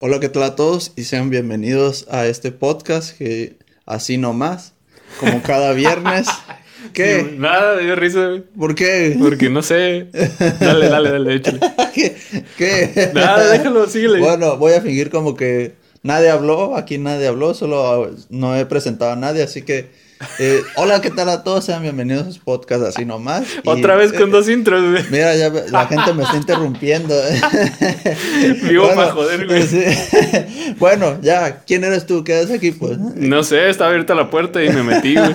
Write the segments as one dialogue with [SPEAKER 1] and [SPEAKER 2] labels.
[SPEAKER 1] Hola, ¿qué tal a todos? Y sean bienvenidos a este podcast que así nomás, como cada viernes. ¿Qué?
[SPEAKER 2] Nada, dio risa, güey.
[SPEAKER 1] ¿Por qué?
[SPEAKER 2] Porque no sé. Dale, dale, dale, échale.
[SPEAKER 1] ¿Qué? ¿Qué?
[SPEAKER 2] Nada, déjalo, síguele.
[SPEAKER 1] Bueno, voy a fingir como que nadie habló, aquí nadie habló, solo ah, no he presentado a nadie, así que... eh, hola, ¿qué tal a todos? Sean bienvenidos a su podcast así nomás. Y,
[SPEAKER 2] Otra vez con
[SPEAKER 1] eh,
[SPEAKER 2] dos intros, güey.
[SPEAKER 1] Mira, ya ve- la gente me está interrumpiendo.
[SPEAKER 2] Vivo pa' joder, güey.
[SPEAKER 1] sí. bueno, ya, ¿quién eres tú? ¿Qué haces aquí, pues?
[SPEAKER 2] No sé, estaba abierta la puerta y me metí, güey.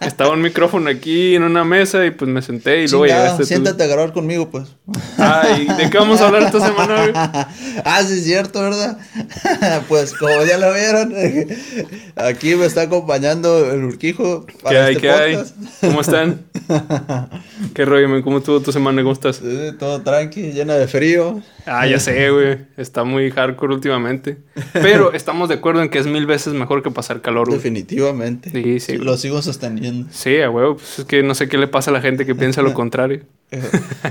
[SPEAKER 2] Estaba un micrófono aquí en una mesa y pues me senté y luego
[SPEAKER 1] Chingado,
[SPEAKER 2] llegaste tú.
[SPEAKER 1] siéntate a grabar conmigo, pues.
[SPEAKER 2] Ay, ¿de qué vamos a hablar esta semana, güey?
[SPEAKER 1] ah, sí, es cierto, ¿verdad? pues como ya lo vieron, aquí me está acompañando el Urquijo.
[SPEAKER 2] ¿Qué hay,
[SPEAKER 1] este
[SPEAKER 2] qué hay?
[SPEAKER 1] podcast.
[SPEAKER 2] ¿Cómo están? ¿Qué rollo, man? ¿Cómo estuvo tu semana? ¿Cómo estás?
[SPEAKER 1] Sí, Todo tranqui, llena de frío.
[SPEAKER 2] Ah, ya sé, güey. Está muy hardcore últimamente. Pero estamos de acuerdo en que es mil veces mejor que pasar calor, güey.
[SPEAKER 1] Definitivamente.
[SPEAKER 2] Sí, sí, güey.
[SPEAKER 1] Lo sigo sosteniendo.
[SPEAKER 2] Sí, a huevo. Pues es que no sé qué le pasa a la gente que piensa lo contrario.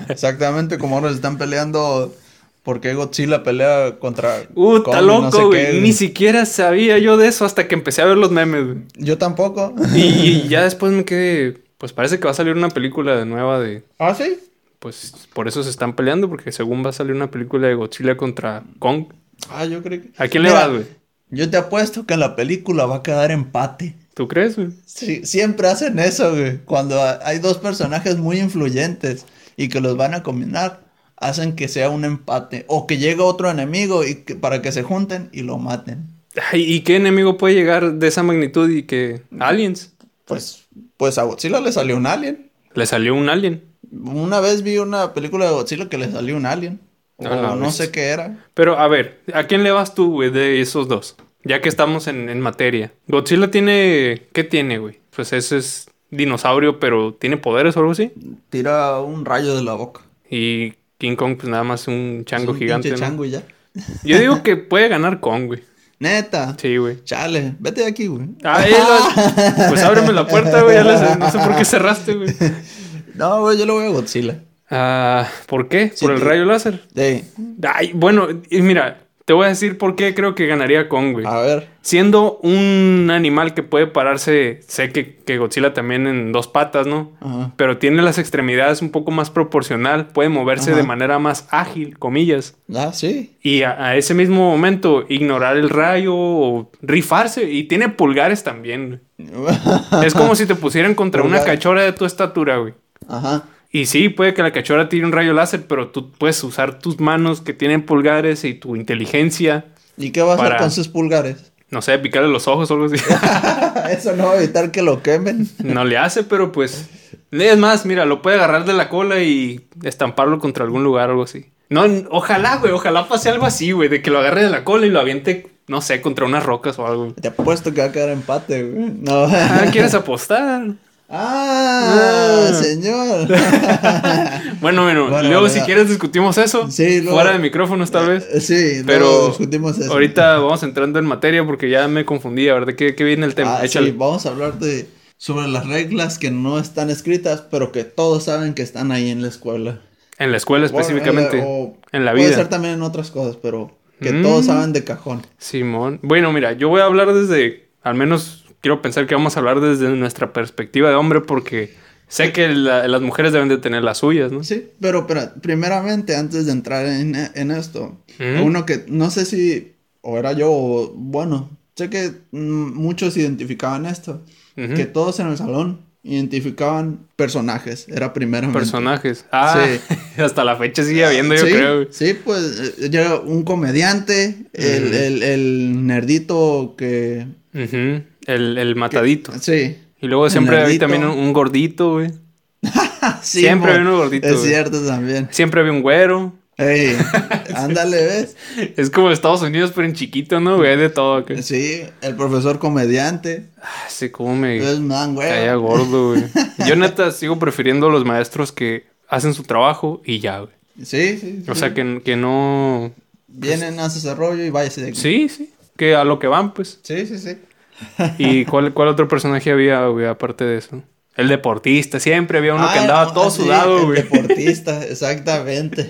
[SPEAKER 1] Exactamente como ahora se están peleando porque Godzilla pelea contra.
[SPEAKER 2] Uh,
[SPEAKER 1] Kong
[SPEAKER 2] está
[SPEAKER 1] y no sé
[SPEAKER 2] loco, güey.
[SPEAKER 1] qué,
[SPEAKER 2] Ni siquiera sabía yo de eso hasta que empecé a ver los memes, güey.
[SPEAKER 1] Yo tampoco.
[SPEAKER 2] Y, y ya después me quedé. Pues parece que va a salir una película de nueva de.
[SPEAKER 1] ¿Ah, sí?
[SPEAKER 2] Pues por eso se están peleando, porque según va a salir una película de Godzilla contra Kong.
[SPEAKER 1] Ah, yo creo que.
[SPEAKER 2] ¿A quién le
[SPEAKER 1] Mira,
[SPEAKER 2] vas, güey?
[SPEAKER 1] Yo te apuesto que en la película va a quedar empate.
[SPEAKER 2] ¿Tú crees, güey?
[SPEAKER 1] Sí, siempre hacen eso, güey. Cuando ha- hay dos personajes muy influyentes y que los van a combinar, hacen que sea un empate. O que llegue otro enemigo y que- para que se junten y lo maten.
[SPEAKER 2] Ay, ¿Y qué enemigo puede llegar de esa magnitud y que. Aliens?
[SPEAKER 1] Pues, pues a Godzilla le salió un alien.
[SPEAKER 2] Le salió un alien.
[SPEAKER 1] Una vez vi una película de Godzilla que le salió un alien.
[SPEAKER 2] No,
[SPEAKER 1] o
[SPEAKER 2] no,
[SPEAKER 1] no
[SPEAKER 2] es-
[SPEAKER 1] sé qué era.
[SPEAKER 2] Pero a ver, ¿a quién le vas tú, güey, de esos dos? Ya que estamos en, en materia. Godzilla tiene. ¿Qué tiene, güey? Pues ese es dinosaurio, pero ¿tiene poderes o algo así?
[SPEAKER 1] Tira un rayo de la boca.
[SPEAKER 2] Y King Kong, pues nada más un chango
[SPEAKER 1] Es un
[SPEAKER 2] gigante.
[SPEAKER 1] pinche
[SPEAKER 2] ¿no?
[SPEAKER 1] chango y ya.
[SPEAKER 2] Yo digo que puede ganar Kong, güey.
[SPEAKER 1] Neta.
[SPEAKER 2] Sí, güey.
[SPEAKER 1] Chale, vete de aquí, güey.
[SPEAKER 2] Ah, eh, lo- Pues ábreme la puerta, güey. ya la sé- No sé por qué cerraste, güey.
[SPEAKER 1] No, güey, yo lo voy a Godzilla.
[SPEAKER 2] Ah, ¿Por qué?
[SPEAKER 1] Sí,
[SPEAKER 2] ¿Por el
[SPEAKER 1] te-
[SPEAKER 2] rayo láser?
[SPEAKER 1] Sí.
[SPEAKER 2] Ay, bueno, y mira, te voy a decir por qué creo que ganaría Kong, güey.
[SPEAKER 1] A ver.
[SPEAKER 2] Siendo un animal que puede pararse, sé que, que Godzilla también en dos patas, ¿no?
[SPEAKER 1] Ajá.
[SPEAKER 2] Pero tiene las extremidades un poco más proporcional, puede moverse
[SPEAKER 1] Ajá.
[SPEAKER 2] de manera más ágil, comillas.
[SPEAKER 1] Ah, sí.
[SPEAKER 2] Y a, a ese mismo momento ignorar el rayo o rifarse. Y tiene pulgares también. güey. Es como si te pusieran contra una
[SPEAKER 1] Pulgares.
[SPEAKER 2] cachora de tu estatura, güey.
[SPEAKER 1] Ajá.
[SPEAKER 2] Y sí, puede que la cachora tire un rayo láser, pero tú puedes usar tus manos que tienen pulgares y tu inteligencia.
[SPEAKER 1] ¿Y qué va a hacer
[SPEAKER 2] Para-
[SPEAKER 1] con sus pulgares?
[SPEAKER 2] No sé, picarle los ojos o algo así.
[SPEAKER 1] Eso no va a evitar que lo quemen.
[SPEAKER 2] No le hace, pero pues... Es más, mira, lo puede agarrar de la cola y estamparlo contra algún lugar o algo así. No, n- ojalá, güey, ojalá pase algo así, güey, de que lo agarre de la cola y lo aviente, no sé, contra unas rocas o algo.
[SPEAKER 1] Te apuesto que va a quedar empate, güey. No.
[SPEAKER 2] Ah, ¿quieres apostar?
[SPEAKER 1] ah,
[SPEAKER 2] Ah.
[SPEAKER 1] señor.
[SPEAKER 2] Bueno, bueno,
[SPEAKER 1] Bueno,
[SPEAKER 2] luego
[SPEAKER 1] bueno,
[SPEAKER 2] si
[SPEAKER 1] ya.
[SPEAKER 2] quieres discutimos eso.
[SPEAKER 1] Sí, luego- eh,
[SPEAKER 2] Fuera de micrófonos tal vez.
[SPEAKER 1] Sí,
[SPEAKER 2] Pero
[SPEAKER 1] pero discutimos eso.
[SPEAKER 2] ahorita vamos entrando en materia porque ya me confundí. A ver, ¿de qué, qué viene el tema?
[SPEAKER 1] Ah, sí,
[SPEAKER 2] Échale.
[SPEAKER 1] vamos a hablar de sobre las reglas que no están escritas, pero que todos saben que están ahí en la escuela.
[SPEAKER 2] En la escuela específicamente.
[SPEAKER 1] O-
[SPEAKER 2] en la
[SPEAKER 1] Puede
[SPEAKER 2] vida.
[SPEAKER 1] ser también en otras cosas, pero que
[SPEAKER 2] Mm.
[SPEAKER 1] todos saben de cajón.
[SPEAKER 2] Simón. Bueno, mira, yo voy a hablar desde, al menos quiero pensar que vamos a hablar desde nuestra perspectiva de hombre porque sé que la- las mujeres deben de tener las suyas, ¿no?
[SPEAKER 1] Sí, pero, pero primeramente, antes de entrar en, en esto,
[SPEAKER 2] Mm.
[SPEAKER 1] uno que no sé si o era yo o bueno, sé que mm, muchos identificaban esto,
[SPEAKER 2] Ujú.
[SPEAKER 1] que todos en el salón identificaban personajes, era primeramente.
[SPEAKER 2] Personajes. Ah, hasta la fecha sigue habiendo, yo
[SPEAKER 1] Ah, sí,
[SPEAKER 2] creo. güey.
[SPEAKER 1] Sí, pues eh, llega un comediante, el, el, el nerdito que...
[SPEAKER 2] Ujú. el, el matadito.
[SPEAKER 1] Sí.
[SPEAKER 2] Y luego siempre hay
[SPEAKER 1] Nerdito.
[SPEAKER 2] también un, un gordito, güey.
[SPEAKER 1] Sí,
[SPEAKER 2] Siempre
[SPEAKER 1] mo-
[SPEAKER 2] hay uno gordito,
[SPEAKER 1] Es
[SPEAKER 2] güey.
[SPEAKER 1] cierto también.
[SPEAKER 2] Siempre había un güero.
[SPEAKER 1] Ey, ándale, ¿ves?
[SPEAKER 2] Es como Estados Unidos, pero en chiquito, ¿no? Güey, Hay de todo. acá.
[SPEAKER 1] Sí, el profesor comediante.
[SPEAKER 2] Ah, sí, cómo me
[SPEAKER 1] Es man, güey.
[SPEAKER 2] caía gordo, güey. Yo neta sigo prefiriendo a los maestros que hacen su trabajo y ya, güey.
[SPEAKER 1] Sí, sí.
[SPEAKER 2] O
[SPEAKER 1] sí.
[SPEAKER 2] sea, que, que no...
[SPEAKER 1] Vienen, haces el rollo y váyase de aquí.
[SPEAKER 2] Sí, sí. Que a lo que van, pues.
[SPEAKER 1] Sí, sí, sí.
[SPEAKER 2] ¿Y cuál, cuál otro personaje había, güey, aparte de eso? El deportista, siempre había uno que
[SPEAKER 1] Ah,
[SPEAKER 2] andaba
[SPEAKER 1] no,
[SPEAKER 2] todo
[SPEAKER 1] sí,
[SPEAKER 2] sudado,
[SPEAKER 1] el
[SPEAKER 2] güey.
[SPEAKER 1] Deportista, exactamente.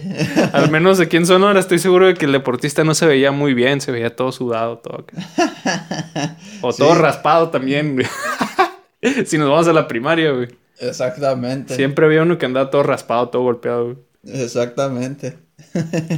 [SPEAKER 2] Al menos aquí en Sonora estoy seguro de que el deportista no se veía muy bien, se veía todo sudado, todo acá. O todo
[SPEAKER 1] Sí.
[SPEAKER 2] raspado también, güey. si nos vamos a la primaria, güey.
[SPEAKER 1] Exactamente.
[SPEAKER 2] Siempre había uno que andaba todo raspado, todo golpeado, güey.
[SPEAKER 1] Exactamente.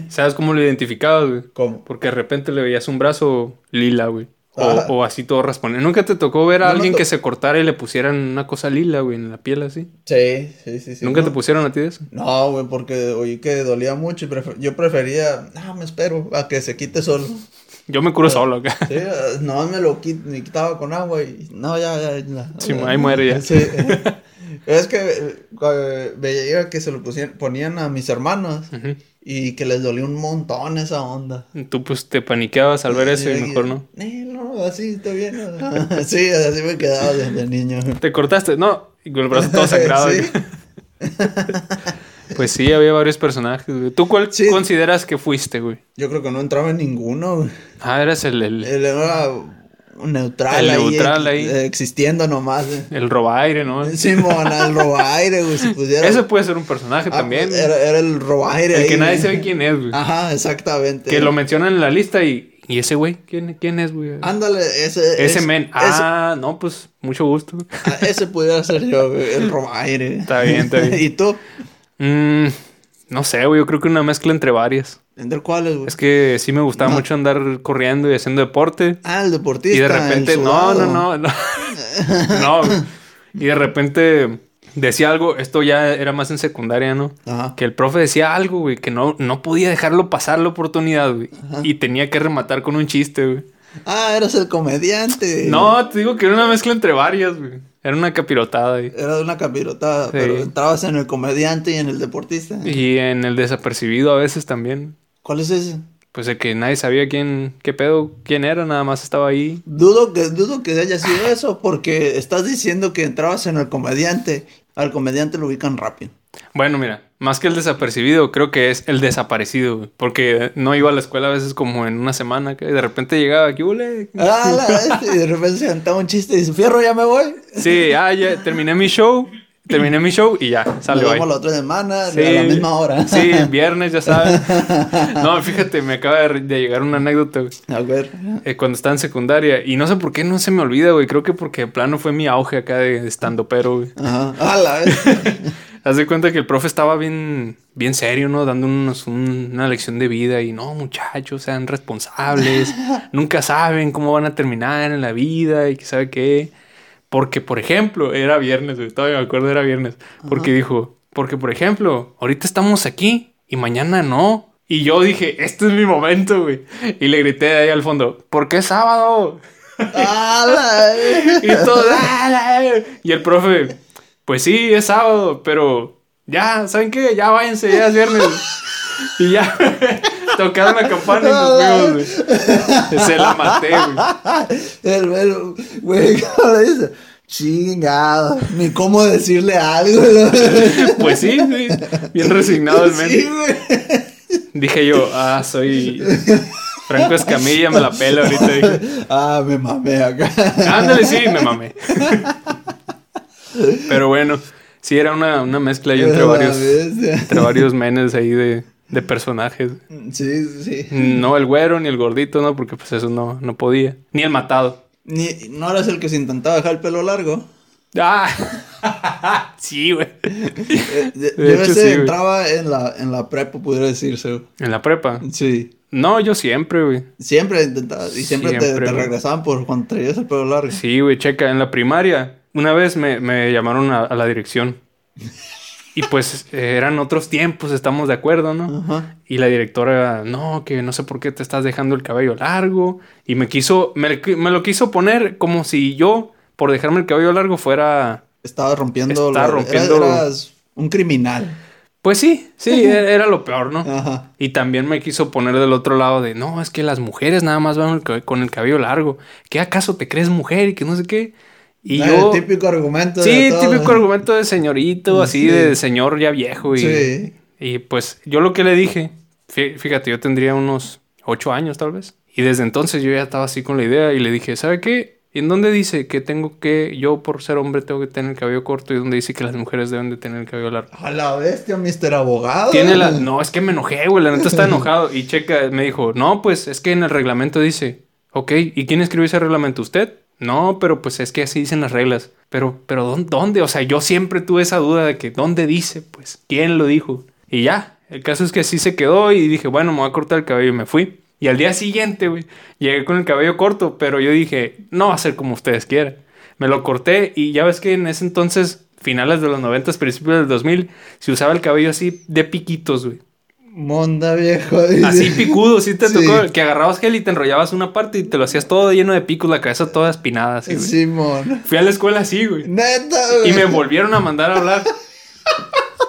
[SPEAKER 2] ¿Sabes cómo lo identificabas, güey?
[SPEAKER 1] ¿Cómo?
[SPEAKER 2] Porque de repente le veías un brazo lila, güey. O,
[SPEAKER 1] Ajá.
[SPEAKER 2] o así todo raspón. ¿Nunca te tocó ver a
[SPEAKER 1] No me
[SPEAKER 2] alguien
[SPEAKER 1] to-
[SPEAKER 2] que se cortara y le pusieran una cosa lila, güey, en la piel así?
[SPEAKER 1] Sí, sí, sí, sí.
[SPEAKER 2] ¿Nunca
[SPEAKER 1] no.
[SPEAKER 2] te pusieron a ti de eso?
[SPEAKER 1] No, güey, porque oí que dolía mucho y prefe- yo prefería, ah, me espero a que se quite solo. Sí,
[SPEAKER 2] Yo me curo
[SPEAKER 1] Ah.
[SPEAKER 2] solo acá.
[SPEAKER 1] eh, no me lo quit- me quitaba con agua y no, ya, ya, ya.
[SPEAKER 2] Sí, ahí muere ya.
[SPEAKER 1] Sí. es que eh, eh, veía que se lo pusieran, ponían a mis hermanos
[SPEAKER 2] Ujú.
[SPEAKER 1] y que les dolía un montón esa onda.
[SPEAKER 2] Tú pues te paniqueabas al ver eso y
[SPEAKER 1] yo
[SPEAKER 2] mejor
[SPEAKER 1] dije,
[SPEAKER 2] no.
[SPEAKER 1] "Eh, no, así está bien. sí, así me quedaba desde niño.
[SPEAKER 2] Te cortaste, no, y con el brazo todo sangrado.
[SPEAKER 1] Sí.
[SPEAKER 2] Pues sí, había varios personajes, güey. ¿Tú cuál
[SPEAKER 1] Sí.
[SPEAKER 2] consideras que fuiste, güey?
[SPEAKER 1] Yo creo que no entraba en ninguno. güey.
[SPEAKER 2] Ah, eras el, el,
[SPEAKER 1] Él era un neutral
[SPEAKER 2] El
[SPEAKER 1] ahí. ex-
[SPEAKER 2] neutral ahí. Ah.
[SPEAKER 1] eh, Existiendo nomás. eh.
[SPEAKER 2] el robaire, ¿no?
[SPEAKER 1] Simón, el robaire, güey. Si pudiera.
[SPEAKER 2] Ese puede ser un personaje
[SPEAKER 1] Ah,
[SPEAKER 2] también.
[SPEAKER 1] Era, era el robaire
[SPEAKER 2] el
[SPEAKER 1] ahí, Ah,
[SPEAKER 2] que nadie
[SPEAKER 1] güey.
[SPEAKER 2] sabe quién es, güey.
[SPEAKER 1] Ajá, exactamente.
[SPEAKER 2] Que lo mencionan en la lista y, ¿y ese güey, ¿quién, quién es, güey?
[SPEAKER 1] Ándale, ese.
[SPEAKER 2] ese
[SPEAKER 1] es-
[SPEAKER 2] men. Ah, no, pues mucho gusto. güey.
[SPEAKER 1] Ese, ah, ese pudiera ser yo, güey, el robaire.
[SPEAKER 2] Está bien, está bien.
[SPEAKER 1] ¿Y tú?
[SPEAKER 2] Mm, no sé, güey, yo creo que una mezcla entre varias.
[SPEAKER 1] ¿Entre cuáles, güey?
[SPEAKER 2] Es que sí me gustaba
[SPEAKER 1] No.
[SPEAKER 2] mucho andar corriendo y haciendo deporte.
[SPEAKER 1] Ah, el deportista.
[SPEAKER 2] Y de
[SPEAKER 1] el
[SPEAKER 2] repente, no,
[SPEAKER 1] sudado.
[SPEAKER 2] no, no, no. No, güey. Y de repente decía algo, esto ya era más en secundaria, ¿no?
[SPEAKER 1] Ajá.
[SPEAKER 2] Que el profe decía algo, güey, que no, no podía dejarlo pasar la oportunidad, güey.
[SPEAKER 1] Ajá.
[SPEAKER 2] Y tenía que rematar con un chiste, güey.
[SPEAKER 1] Ah, eras el comediante.
[SPEAKER 2] No, te digo que era una mezcla entre varias, güey. Era una capirotada, güey.
[SPEAKER 1] Era una capirotada,
[SPEAKER 2] Sí.
[SPEAKER 1] pero entrabas en el comediante y en el deportista.
[SPEAKER 2] Y en el desapercibido a veces también.
[SPEAKER 1] ¿Cuál es ese?
[SPEAKER 2] Pues de que nadie sabía quién, qué pedo, quién era, nada más estaba ahí.
[SPEAKER 1] Dudo que, dudo que haya sido eso, porque estás diciendo que entrabas en el comediante. Al comediante lo ubican rápido.
[SPEAKER 2] Bueno, mira, más que el desapercibido, creo que es el desaparecido, güey. Porque no iba a la escuela a veces como en una semana, que de repente llegaba, ¿qué hule?
[SPEAKER 1] Ah, la bestia, y de repente se cantaba un chiste y dice, fierro, ya me voy.
[SPEAKER 2] Sí, ah, ya terminé mi show, terminé mi show y ya,
[SPEAKER 1] Nos
[SPEAKER 2] salió ahí.
[SPEAKER 1] vemos la otra semana,
[SPEAKER 2] Sí,
[SPEAKER 1] a la misma hora.
[SPEAKER 2] Sí, viernes, ya sabes. No, fíjate, me acaba de, de llegar una anécdota, güey.
[SPEAKER 1] A ver.
[SPEAKER 2] Eh, cuando estaba en secundaria, y no sé por qué no se me olvida, güey. Creo que porque de plano fue mi auge acá de estando pero, güey.
[SPEAKER 1] Ajá. Ah, la bestia.
[SPEAKER 2] Haz de cuenta que el profe estaba bien, bien serio, ¿no? Dándonos un- una lección de vida y no, muchachos, sean responsables, nunca saben cómo van a terminar en la vida y que sabe qué. Porque, por ejemplo, era viernes, güey, todavía me acuerdo, era viernes. Porque dijo, porque, por ejemplo, ahorita estamos aquí y mañana no. Y yo dije, este es mi momento, güey. Y le grité de ahí al fondo, ¿por qué es sábado?
[SPEAKER 1] Ah, la bestia.
[SPEAKER 2] Y todo, "Ah, la-". Y el profe, pues sí, es sábado, pero ya, ¿saben qué? Ya váyanse, ya es viernes. Y ya, tocaron la campana y nos fuimos, güey. Se la maté, güey.
[SPEAKER 1] El, el- güey, ¿cómo le dice? Chingado, ni cómo decirle algo. ¿no?
[SPEAKER 2] Pues sí, sí, bien resignado el men.
[SPEAKER 1] Sí, güey.
[SPEAKER 2] Dije yo, ah, soy Franco Escamilla, me la pela ahorita. Dije,
[SPEAKER 1] Ah, me mamé acá.
[SPEAKER 2] ándale, sí, me mamé. Pero bueno, sí, era una, una mezcla ahí entre
[SPEAKER 1] La
[SPEAKER 2] varios,
[SPEAKER 1] bestia.
[SPEAKER 2] entre varios menes ahí de, de personajes.
[SPEAKER 1] Sí, sí.
[SPEAKER 2] No el güero ni el gordito, no, porque pues eso no, no podía. Ni el matado.
[SPEAKER 1] Ni- ¿No eras el que se intentaba dejar el pelo largo?
[SPEAKER 2] Ah, sí, güey.
[SPEAKER 1] Eh, de-
[SPEAKER 2] De
[SPEAKER 1] yo
[SPEAKER 2] hecho,
[SPEAKER 1] ese
[SPEAKER 2] sí, güey.
[SPEAKER 1] entraba en la, en la prepa, pudiera decirse. güey.
[SPEAKER 2] En la prepa.
[SPEAKER 1] Sí.
[SPEAKER 2] No, yo siempre, güey.
[SPEAKER 1] Siempre intentaba. Y siempre, te-
[SPEAKER 2] Siempre,
[SPEAKER 1] te,
[SPEAKER 2] güey.
[SPEAKER 1] regresaban por cuando traías el pelo largo.
[SPEAKER 2] Sí, güey, checa, en la primaria. Una vez me, me llamaron a, a la dirección. Y pues eh, eran otros tiempos, estamos de acuerdo, ¿no?
[SPEAKER 1] Ajá.
[SPEAKER 2] Y la directora, no, que no sé por qué te estás dejando el cabello largo. Y me quiso, me, me lo quiso poner como si yo, por dejarme el cabello largo, fuera
[SPEAKER 1] Estaba rompiendo.
[SPEAKER 2] Estaba
[SPEAKER 1] lo-
[SPEAKER 2] rompiendo-
[SPEAKER 1] Eras, eras un criminal.
[SPEAKER 2] Pues sí, sí, era, era lo peor, ¿no?
[SPEAKER 1] Ajá.
[SPEAKER 2] Y también me quiso poner del otro lado de, no, es que las mujeres nada más van con el- con el cabello largo. ¿Qué acaso te crees mujer y que no sé qué? Y
[SPEAKER 1] Ah,
[SPEAKER 2] yo...
[SPEAKER 1] El típico argumento. de
[SPEAKER 2] Sí,
[SPEAKER 1] todo,
[SPEAKER 2] típico
[SPEAKER 1] ¿no?
[SPEAKER 2] argumento de señorito, así
[SPEAKER 1] Sí.
[SPEAKER 2] de señor ya viejo. Y,
[SPEAKER 1] Sí.
[SPEAKER 2] y pues yo lo que le dije, fí- fíjate, yo tendría unos ocho años tal vez. Y desde entonces yo ya estaba así con la idea y le dije, ¿sabe qué? ¿Y en dónde dice que tengo que, yo por ser hombre tengo que tener el cabello corto? ¿Y dónde dice que las mujeres deben de tener el cabello largo?
[SPEAKER 1] A la bestia, Mr. Abogado.
[SPEAKER 2] Tiene la... No, es que me enojé, güey. La neta está enojado. Y checa, me dijo, no, pues es que en el reglamento dice, ok, ¿y quién escribió ese reglamento? ¿Usted? No, pero pues es que así dicen las reglas. Pero, pero ¿dó- ¿dónde? O sea, yo siempre tuve esa duda de que ¿dónde dice? Pues, ¿quién lo dijo? Y ya, el caso es que así se quedó y dije, bueno, me voy a cortar el cabello y me fui. Y al día siguiente, güey, llegué con el cabello corto, pero yo dije, no va a ser como ustedes quieran. Me lo corté y ya ves que en ese entonces, finales de los 90, principios del 2000, se usaba el cabello así de piquitos, güey.
[SPEAKER 1] Monda viejo. dice.
[SPEAKER 2] Así picudo, sí te
[SPEAKER 1] Sí.
[SPEAKER 2] tocó. Que agarrabas gel y te enrollabas una parte y te lo hacías todo lleno de picos, la cabeza toda espinada, así, güey.
[SPEAKER 1] Simón.
[SPEAKER 2] Fui a la escuela así, güey.
[SPEAKER 1] Neta, güey.
[SPEAKER 2] Y me volvieron a mandar a hablar.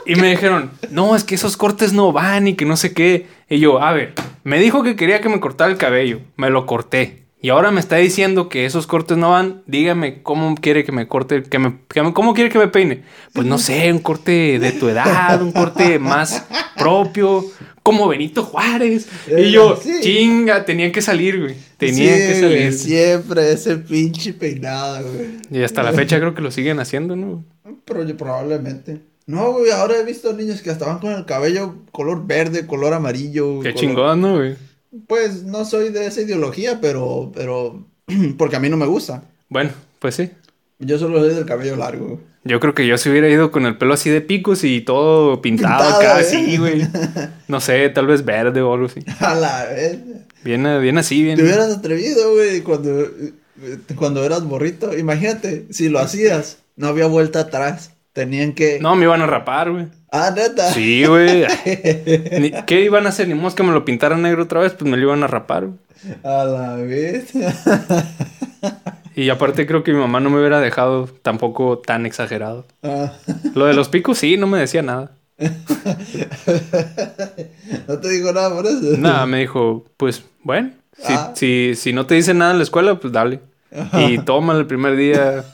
[SPEAKER 2] Y me dijeron, no, es que esos cortes no van y que no sé qué. Y yo, a ver, me dijo que quería que me cortara el cabello. Me lo corté. Y ahora me está diciendo que esos cortes no van. Dígame cómo quiere que me corte, que me, que me- cómo quiere que me peine. Pues no sé, un corte de tu edad, un corte más propio, como Benito Juárez. Y yo,
[SPEAKER 1] Eh, Sí.
[SPEAKER 2] chinga, tenía que salir, güey. Tenía
[SPEAKER 1] Sí,
[SPEAKER 2] que
[SPEAKER 1] güey,
[SPEAKER 2] salir.
[SPEAKER 1] Siempre ese pinche peinado, güey.
[SPEAKER 2] Y hasta la fecha creo que lo siguen haciendo, ¿no?
[SPEAKER 1] Pero yo probablemente. No, güey, ahora he visto niños que hasta van con el cabello color verde, color amarillo.
[SPEAKER 2] Qué
[SPEAKER 1] color-
[SPEAKER 2] chingón, ¿no, güey?
[SPEAKER 1] Pues no soy de esa ideología, pero, pero, porque a mí no me gusta.
[SPEAKER 2] Bueno, pues sí.
[SPEAKER 1] Yo solo soy del cabello largo.
[SPEAKER 2] Yo creo que yo si hubiera ido con el pelo así de picos y todo pintado,
[SPEAKER 1] Pintado,
[SPEAKER 2] acá,
[SPEAKER 1] ¿eh?
[SPEAKER 2] así, güey. No sé, tal vez verde o algo así.
[SPEAKER 1] A la vez.
[SPEAKER 2] Bien, bien así, bien.
[SPEAKER 1] Te hubieras atrevido, güey, cuando, eh, cuando eras borrito. Imagínate, si lo hacías, no había vuelta atrás. Tenían que.
[SPEAKER 2] No, me iban a rapar, güey.
[SPEAKER 1] Ah, neta.
[SPEAKER 2] Sí, güey. Ni- ¿Qué iban a hacer? Ni modo que me lo pintaran negro otra vez, pues me lo iban a rapar. güey.
[SPEAKER 1] A la vez.
[SPEAKER 2] Y aparte creo que mi mamá no me hubiera dejado tampoco tan exagerado.
[SPEAKER 1] Ah.
[SPEAKER 2] Lo de los picos sí, no me decía nada.
[SPEAKER 1] No te digo nada por eso.
[SPEAKER 2] Nada, me dijo, pues bueno, si,
[SPEAKER 1] Ah.
[SPEAKER 2] si, si no te dicen nada en la escuela, pues dale. Y toma el primer día.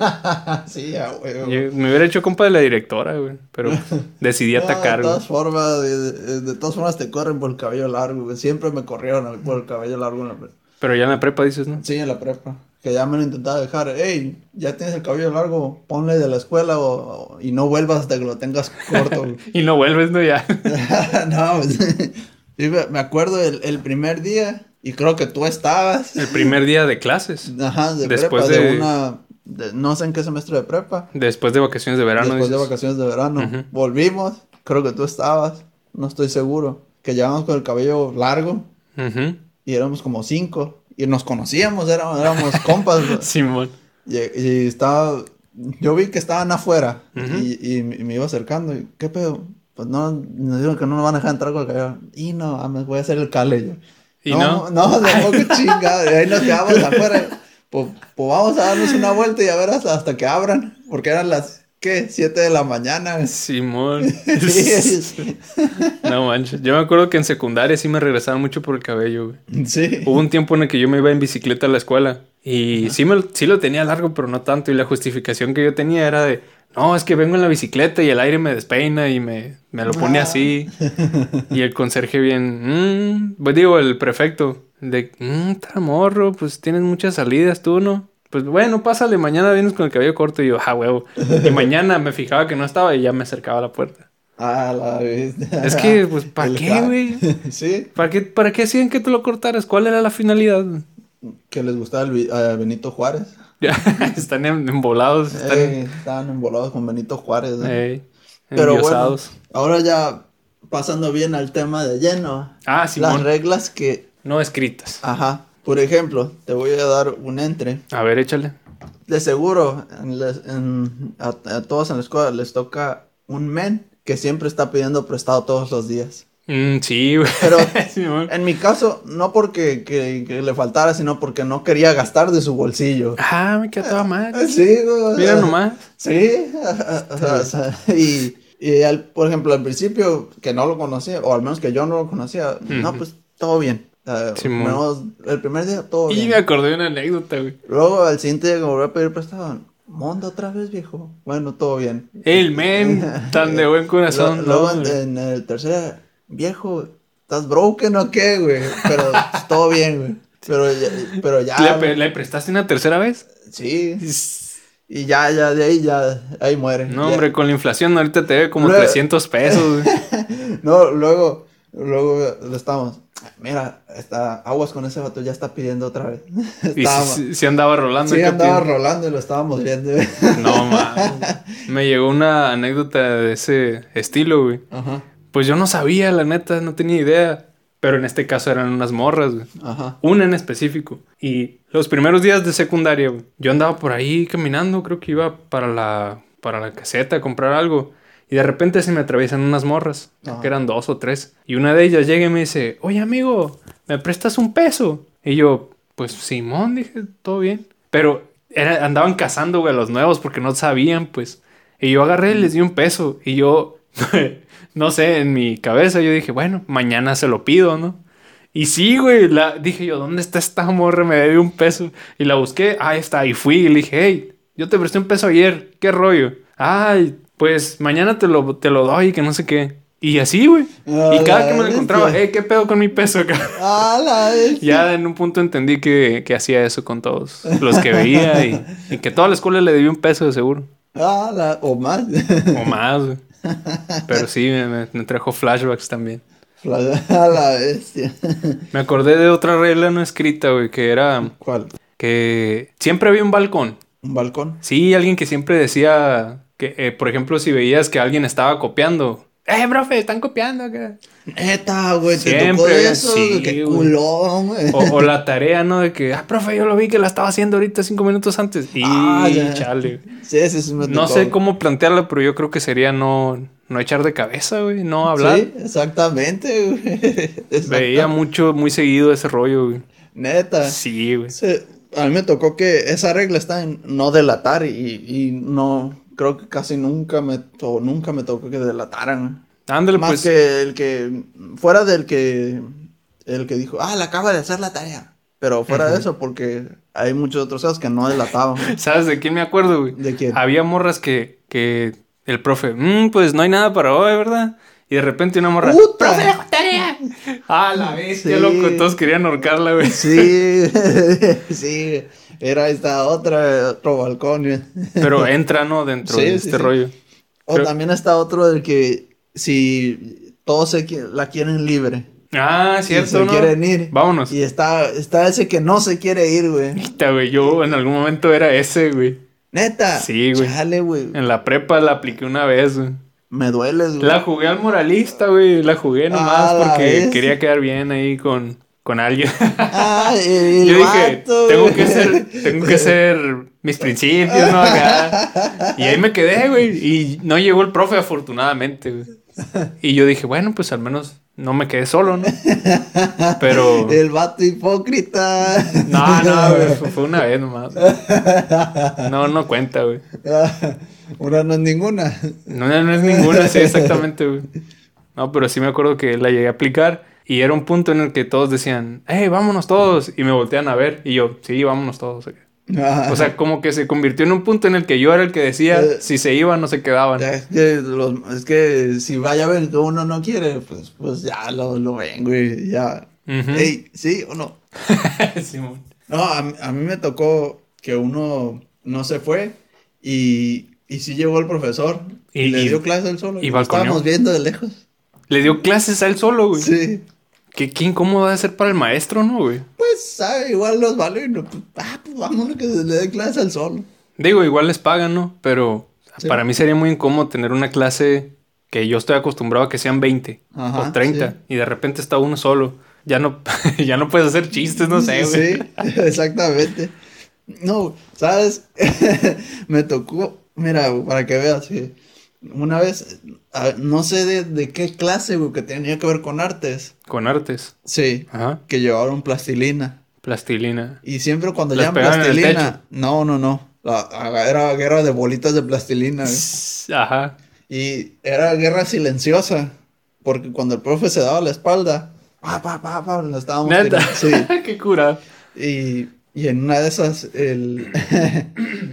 [SPEAKER 1] sí, a huevo.
[SPEAKER 2] Yo- me hubiera hecho compa de la directora, güey. Pero decidí
[SPEAKER 1] No,
[SPEAKER 2] atacar,
[SPEAKER 1] de
[SPEAKER 2] güey.
[SPEAKER 1] todas formas, de, de- de todas formas te corren por el cabello largo, güey. Siempre me corrieron a mí por el cabello largo en la pre-
[SPEAKER 2] Pero ya en la prepa dices, ¿no?
[SPEAKER 1] Sí, en la prepa. Que ya me lo intentaba dejar. Ey, ya tienes el cabello largo, ponle de la escuela o- o- y no vuelvas hasta que lo tengas corto. güey.
[SPEAKER 2] Y no vuelves, ¿no? Ya.
[SPEAKER 1] no, pues, sí, me- me acuerdo el, el primer día y creo que tú estabas.
[SPEAKER 2] El primer día de clases.
[SPEAKER 1] Ajá, de
[SPEAKER 2] Después
[SPEAKER 1] prepa, de,
[SPEAKER 2] de-
[SPEAKER 1] una... de- no sé en qué semestre de prepa.
[SPEAKER 2] Después de vacaciones de verano.
[SPEAKER 1] después de
[SPEAKER 2] dices,
[SPEAKER 1] vacaciones de verano.
[SPEAKER 2] Ujú.
[SPEAKER 1] Volvimos, creo que tú estabas, no estoy seguro. Que llevábamos con el cabello largo
[SPEAKER 2] "Ujú,
[SPEAKER 1] y éramos como cinco. Y nos conocíamos, éramos, éramos compas. güey.
[SPEAKER 2] Simón.
[SPEAKER 1] Y, y estaba, yo vi que estaban afuera y, y me me iba acercando. Y, ¿Qué pedo? Pues no, nos dijeron que no nos van a dejar entrar con el cabello. Y no, mames, voy a hacer el cale yo.
[SPEAKER 2] ¿Y
[SPEAKER 1] no, no, tampoco chingada. Y ahí nos quedamos afuera. Pues, pues vamos a darnos una vuelta y a ver hasta, hasta que abran. Porque eran las, ¿qué? 7 de la mañana.
[SPEAKER 2] Simón.
[SPEAKER 1] Sí,
[SPEAKER 2] no manches. Yo me acuerdo que en secundaria sí me regresaban mucho por el cabello, güey.
[SPEAKER 1] sí.
[SPEAKER 2] Hubo un tiempo en el que yo me iba en bicicleta a la escuela y sí, me, lo- sí lo tenía largo, pero no tanto. Y la justificación que yo tenía era de, no, es que vengo en la bicicleta y el aire me despeina y me, me lo pone
[SPEAKER 1] Ah.
[SPEAKER 2] así. Y el conserje bien, "Mm", pues digo, el prefecto, de, mmm, morro, pues tienes muchas salidas tú, ¿no? Pues bueno, pásale, mañana vienes con el cabello corto y yo, ah, huevo. Y mañana me fijaba que no estaba y ya me acercaba a la puerta.
[SPEAKER 1] A la bestia.
[SPEAKER 2] Es que, pues, ¿para
[SPEAKER 1] El
[SPEAKER 2] qué,
[SPEAKER 1] ca-
[SPEAKER 2] güey?
[SPEAKER 1] Sí,
[SPEAKER 2] ¿Para qué, ¿Para qué hacían que te lo cortaras? ¿Cuál era la finalidad?
[SPEAKER 1] que les gustaba el vi- a Benito Juárez.
[SPEAKER 2] Ya, están en- embolados, están
[SPEAKER 1] Eh, estaban embolados con Benito Juárez. ¿no?
[SPEAKER 2] ey,
[SPEAKER 1] Pero
[SPEAKER 2] endiosados.
[SPEAKER 1] bueno, ahora ya pasando bien al tema de lleno.
[SPEAKER 2] ah,
[SPEAKER 1] Las
[SPEAKER 2] Simón,
[SPEAKER 1] reglas que,
[SPEAKER 2] no escritas.
[SPEAKER 1] ajá, por ejemplo, te voy a dar un entre.
[SPEAKER 2] A ver, échale.
[SPEAKER 1] De seguro, en les- en- a, a todos en la escuela les toca un men que siempre está pidiendo prestado todos los días.
[SPEAKER 2] Mm, sí, güey.
[SPEAKER 1] Pero
[SPEAKER 2] Simón.
[SPEAKER 1] en mi caso, no porque que- que le faltara, sino porque no quería gastar de su bolsillo.
[SPEAKER 2] Ah, me queda toda madre.
[SPEAKER 1] Sí, güey, o
[SPEAKER 2] Mira
[SPEAKER 1] sea,
[SPEAKER 2] nomás.
[SPEAKER 1] Sí, o sea, y, y al- por ejemplo, al principio que no lo conocía, o al menos que yo no lo conocía, no, pues todo bien. Eh,
[SPEAKER 2] Simón.
[SPEAKER 1] menos- el primer día todo
[SPEAKER 2] Y
[SPEAKER 1] bien.
[SPEAKER 2] me acordé de una anécdota, güey.
[SPEAKER 1] Luego al siguiente día que me volví a pedir prestado, monda otra vez, viejo. Bueno, todo bien.
[SPEAKER 2] El men, tan de buen
[SPEAKER 1] Lo- eh,
[SPEAKER 2] corazón. no,
[SPEAKER 1] luego en,
[SPEAKER 2] güey.
[SPEAKER 1] en el tercer día, viejo, ¿estás broken o qué, güey? Pero pues, todo bien, güey. Pero ya, pero ya.
[SPEAKER 2] ¿Le, pre- le prestaste una tercera vez?
[SPEAKER 1] ah, Sí. Y ya, ya, de ahí ya, ahí muere.
[SPEAKER 2] No,
[SPEAKER 1] Ya.
[SPEAKER 2] hombre, con la inflación ahorita te debe como
[SPEAKER 1] Luego-
[SPEAKER 2] 300 pesos. güey.
[SPEAKER 1] No, luego, luego le estamos. Mira, está aguas con ese vato, ya está pidiendo otra vez.
[SPEAKER 2] Y
[SPEAKER 1] Estábamos-
[SPEAKER 2] si, si andaba rolando.
[SPEAKER 1] sí,
[SPEAKER 2] acá,
[SPEAKER 1] andaba
[SPEAKER 2] tío.
[SPEAKER 1] rolando y lo estábamos viendo.
[SPEAKER 2] No, mames. Me llegó una anécdota de ese estilo, güey.
[SPEAKER 1] Ajá,
[SPEAKER 2] Pues yo no sabía, la neta, no tenía idea. Pero en este caso eran unas morras, güey.
[SPEAKER 1] ajá.
[SPEAKER 2] Una en específico. Y los primeros días de secundaria, güey, yo andaba por ahí caminando, creo que iba para la, para la caseta a comprar algo. Y de repente se me atraviesan unas morras, creo
[SPEAKER 1] Ajá.
[SPEAKER 2] que eran dos o tres. Y una de ellas llega y me dice, oye amigo, ¿me prestas un peso? Y yo, pues Simón, dije, todo bien. Pero era- andaban cazando, güey, a los nuevos porque no sabían, pues. Y yo agarré y les di un peso. Y yo, no sé, en mi cabeza yo dije, bueno, mañana se lo pido, ¿no? Y sí, güey, la, dije yo, ¿dónde está esta morra? Me debe un peso. Y la busqué, ahí está, y fui y le dije, hey, yo te presté un peso ayer, ¿qué rollo? Ay, pues mañana te lo, te lo doy, que no sé qué. Y así, güey.
[SPEAKER 1] Ah,
[SPEAKER 2] y cada
[SPEAKER 1] la
[SPEAKER 2] que me lo
[SPEAKER 1] bestia.
[SPEAKER 2] encontraba, hey, ¿qué pedo con mi peso acá?
[SPEAKER 1] Ah, la vez.
[SPEAKER 2] Ya en un punto entendí que, que hacía eso con todos los que veía y, y que toda la escuela le debía un peso de seguro.
[SPEAKER 1] Ah, la. O más.
[SPEAKER 2] O más, güey. Pero sí, me- me- me trajo flashbacks también.
[SPEAKER 1] La- A la bestia.
[SPEAKER 2] Me acordé de otra regla no escrita, güey, que era
[SPEAKER 1] ¿Cuál?
[SPEAKER 2] que siempre había un balcón.
[SPEAKER 1] ¿Un balcón?
[SPEAKER 2] Sí, alguien que siempre decía que, eh, por ejemplo, si veías que alguien estaba copiando. ¡Eh, profe! Están copiando acá.
[SPEAKER 1] Neta, güey, te tocó
[SPEAKER 2] Siempre,
[SPEAKER 1] de eso.
[SPEAKER 2] sí,
[SPEAKER 1] Qué
[SPEAKER 2] güey.
[SPEAKER 1] culón, güey.
[SPEAKER 2] O, o la tarea, ¿no? De que, ah, profe, yo lo vi que la estaba haciendo ahorita cinco minutos antes. Y
[SPEAKER 1] Ah, ya. Pues
[SPEAKER 2] chale.
[SPEAKER 1] Sí, ese sí me
[SPEAKER 2] No
[SPEAKER 1] tocó,
[SPEAKER 2] sé
[SPEAKER 1] güey.
[SPEAKER 2] cómo plantearla, pero yo creo que sería no, no echar de cabeza, güey. No hablar.
[SPEAKER 1] Sí, exactamente, güey. Exacta-
[SPEAKER 2] Veía mucho, muy seguido ese rollo, güey.
[SPEAKER 1] Neta.
[SPEAKER 2] Sí, güey.
[SPEAKER 1] Se- a mí me tocó que esa regla está en no delatar y, y no creo que casi nunca me to- nunca me tocó que delataran.
[SPEAKER 2] Ándale,
[SPEAKER 1] Más
[SPEAKER 2] pues.
[SPEAKER 1] que el que fuera del que el que dijo, "Ah, la acaba de hacer la tarea." Pero fuera de eso porque hay muchos otros casos que no delataban.
[SPEAKER 2] ¿Sabes de quién me acuerdo, güey?
[SPEAKER 1] ¿De quién?
[SPEAKER 2] Había morras que, que el profe, "Mm, pues no hay nada para hoy, ¿verdad? Y de repente una morra.
[SPEAKER 1] ¡Puta!
[SPEAKER 2] tarea! ¡Ah, la bestia,
[SPEAKER 1] Sí.
[SPEAKER 2] loco! Todos querían ahorcarla, güey.
[SPEAKER 1] Sí, sí, era esta otra, otro balcón. güey.
[SPEAKER 2] Pero entra, ¿no? Dentro
[SPEAKER 1] Sí,
[SPEAKER 2] de
[SPEAKER 1] sí,
[SPEAKER 2] este
[SPEAKER 1] sí.
[SPEAKER 2] rollo.
[SPEAKER 1] O
[SPEAKER 2] Pero-
[SPEAKER 1] también está otro del que si todos se qui- la quieren libre.
[SPEAKER 2] Ah, cierto,
[SPEAKER 1] se
[SPEAKER 2] ¿no?
[SPEAKER 1] quieren ir.
[SPEAKER 2] Vámonos.
[SPEAKER 1] Y está, está ese que no se quiere ir, güey.
[SPEAKER 2] Puta, güey, yo en algún momento era ese, güey.
[SPEAKER 1] Neta.
[SPEAKER 2] Sí, güey.
[SPEAKER 1] Chale, güey.
[SPEAKER 2] En la prepa la apliqué una vez, güey.
[SPEAKER 1] Me dueles, güey.
[SPEAKER 2] La jugué al moralista, güey. La jugué nomás
[SPEAKER 1] Ah, la
[SPEAKER 2] porque
[SPEAKER 1] bestia.
[SPEAKER 2] quería quedar bien ahí con, con alguien.
[SPEAKER 1] Ah, el
[SPEAKER 2] Yo dije,
[SPEAKER 1] vato,
[SPEAKER 2] tengo
[SPEAKER 1] güey.
[SPEAKER 2] que ser, tengo que ser mis principios, ¿no? Acá. Y ahí me quedé, güey. Y no llegó el profe, afortunadamente, güey. Y yo dije, bueno, pues al menos no me quedé solo, ¿no? Pero.
[SPEAKER 1] El vato hipócrita.
[SPEAKER 2] No, no, güey. fue- Fue una vez nomás. No, no cuenta, güey.
[SPEAKER 1] Ah, Una no es ninguna.
[SPEAKER 2] No, no es ninguna, sí, exactamente, güey. No, pero sí me acuerdo que la llegué a aplicar y era un punto en el que todos decían, hey, vámonos todos. Y me voltean a ver. Y yo, sí, vámonos todos. acá.
[SPEAKER 1] Ah,
[SPEAKER 2] O sea, como que se convirtió en un punto en el que yo era el que decía
[SPEAKER 1] Eh.
[SPEAKER 2] si se iban o se quedaban.
[SPEAKER 1] es que, los- es que si vaya a ver que uno no quiere, pues, pues ya lo, lo ven, güey. Ya.
[SPEAKER 2] Ujú.
[SPEAKER 1] Ey, ¿sí o no?
[SPEAKER 2] Simón.
[SPEAKER 1] No, a, mí- a mí me tocó que uno no se fue y, y sí llegó el profesor y,
[SPEAKER 2] Y-
[SPEAKER 1] le
[SPEAKER 2] y-
[SPEAKER 1] dio clase al solo.
[SPEAKER 2] y
[SPEAKER 1] lo estábamos
[SPEAKER 2] balconeó.
[SPEAKER 1] viendo de lejos.
[SPEAKER 2] Le dio clases a él solo, güey.
[SPEAKER 1] Sí.
[SPEAKER 2] ¿Qué, qué incómodo de ser para el maestro, ¿no, güey?
[SPEAKER 1] Pues, sabe, igual los vale. y no, pues, ah, pues vámonos que se le dé clase al solo.
[SPEAKER 2] Digo, igual les pagan, ¿no? Pero
[SPEAKER 1] Sí.
[SPEAKER 2] para mí sería muy incómodo tener una clase que yo estoy acostumbrado a que sean 20
[SPEAKER 1] Ajá,
[SPEAKER 2] o 30
[SPEAKER 1] sí.
[SPEAKER 2] y de repente está uno solo. Ya no, ya no puedes hacer chistes, Pues no sé, güey.
[SPEAKER 1] Sí, exactamente. No, ¿sabes? me tocó, mira, güey, para que veas, que una vez, a- no sé de, de qué clase, güey, que tenía que ver con artes.
[SPEAKER 2] Con artes.
[SPEAKER 1] Sí,
[SPEAKER 2] Ajá.
[SPEAKER 1] que llevaron plastilina.
[SPEAKER 2] Plastilina.
[SPEAKER 1] Y siempre cuando
[SPEAKER 2] ¿Las
[SPEAKER 1] llevan
[SPEAKER 2] pegaban en el
[SPEAKER 1] plastilina.
[SPEAKER 2] techo?
[SPEAKER 1] No, no, no. La- la- era guerra de bolitas de plastilina. güey.
[SPEAKER 2] Ajá.
[SPEAKER 1] Y era guerra silenciosa. Porque cuando el profe se daba la espalda. Pa, pa, pa, pa, lo estábamos
[SPEAKER 2] Neta.
[SPEAKER 1] tirando. Sí.
[SPEAKER 2] qué cura.
[SPEAKER 1] Y, Y en una de esas, el,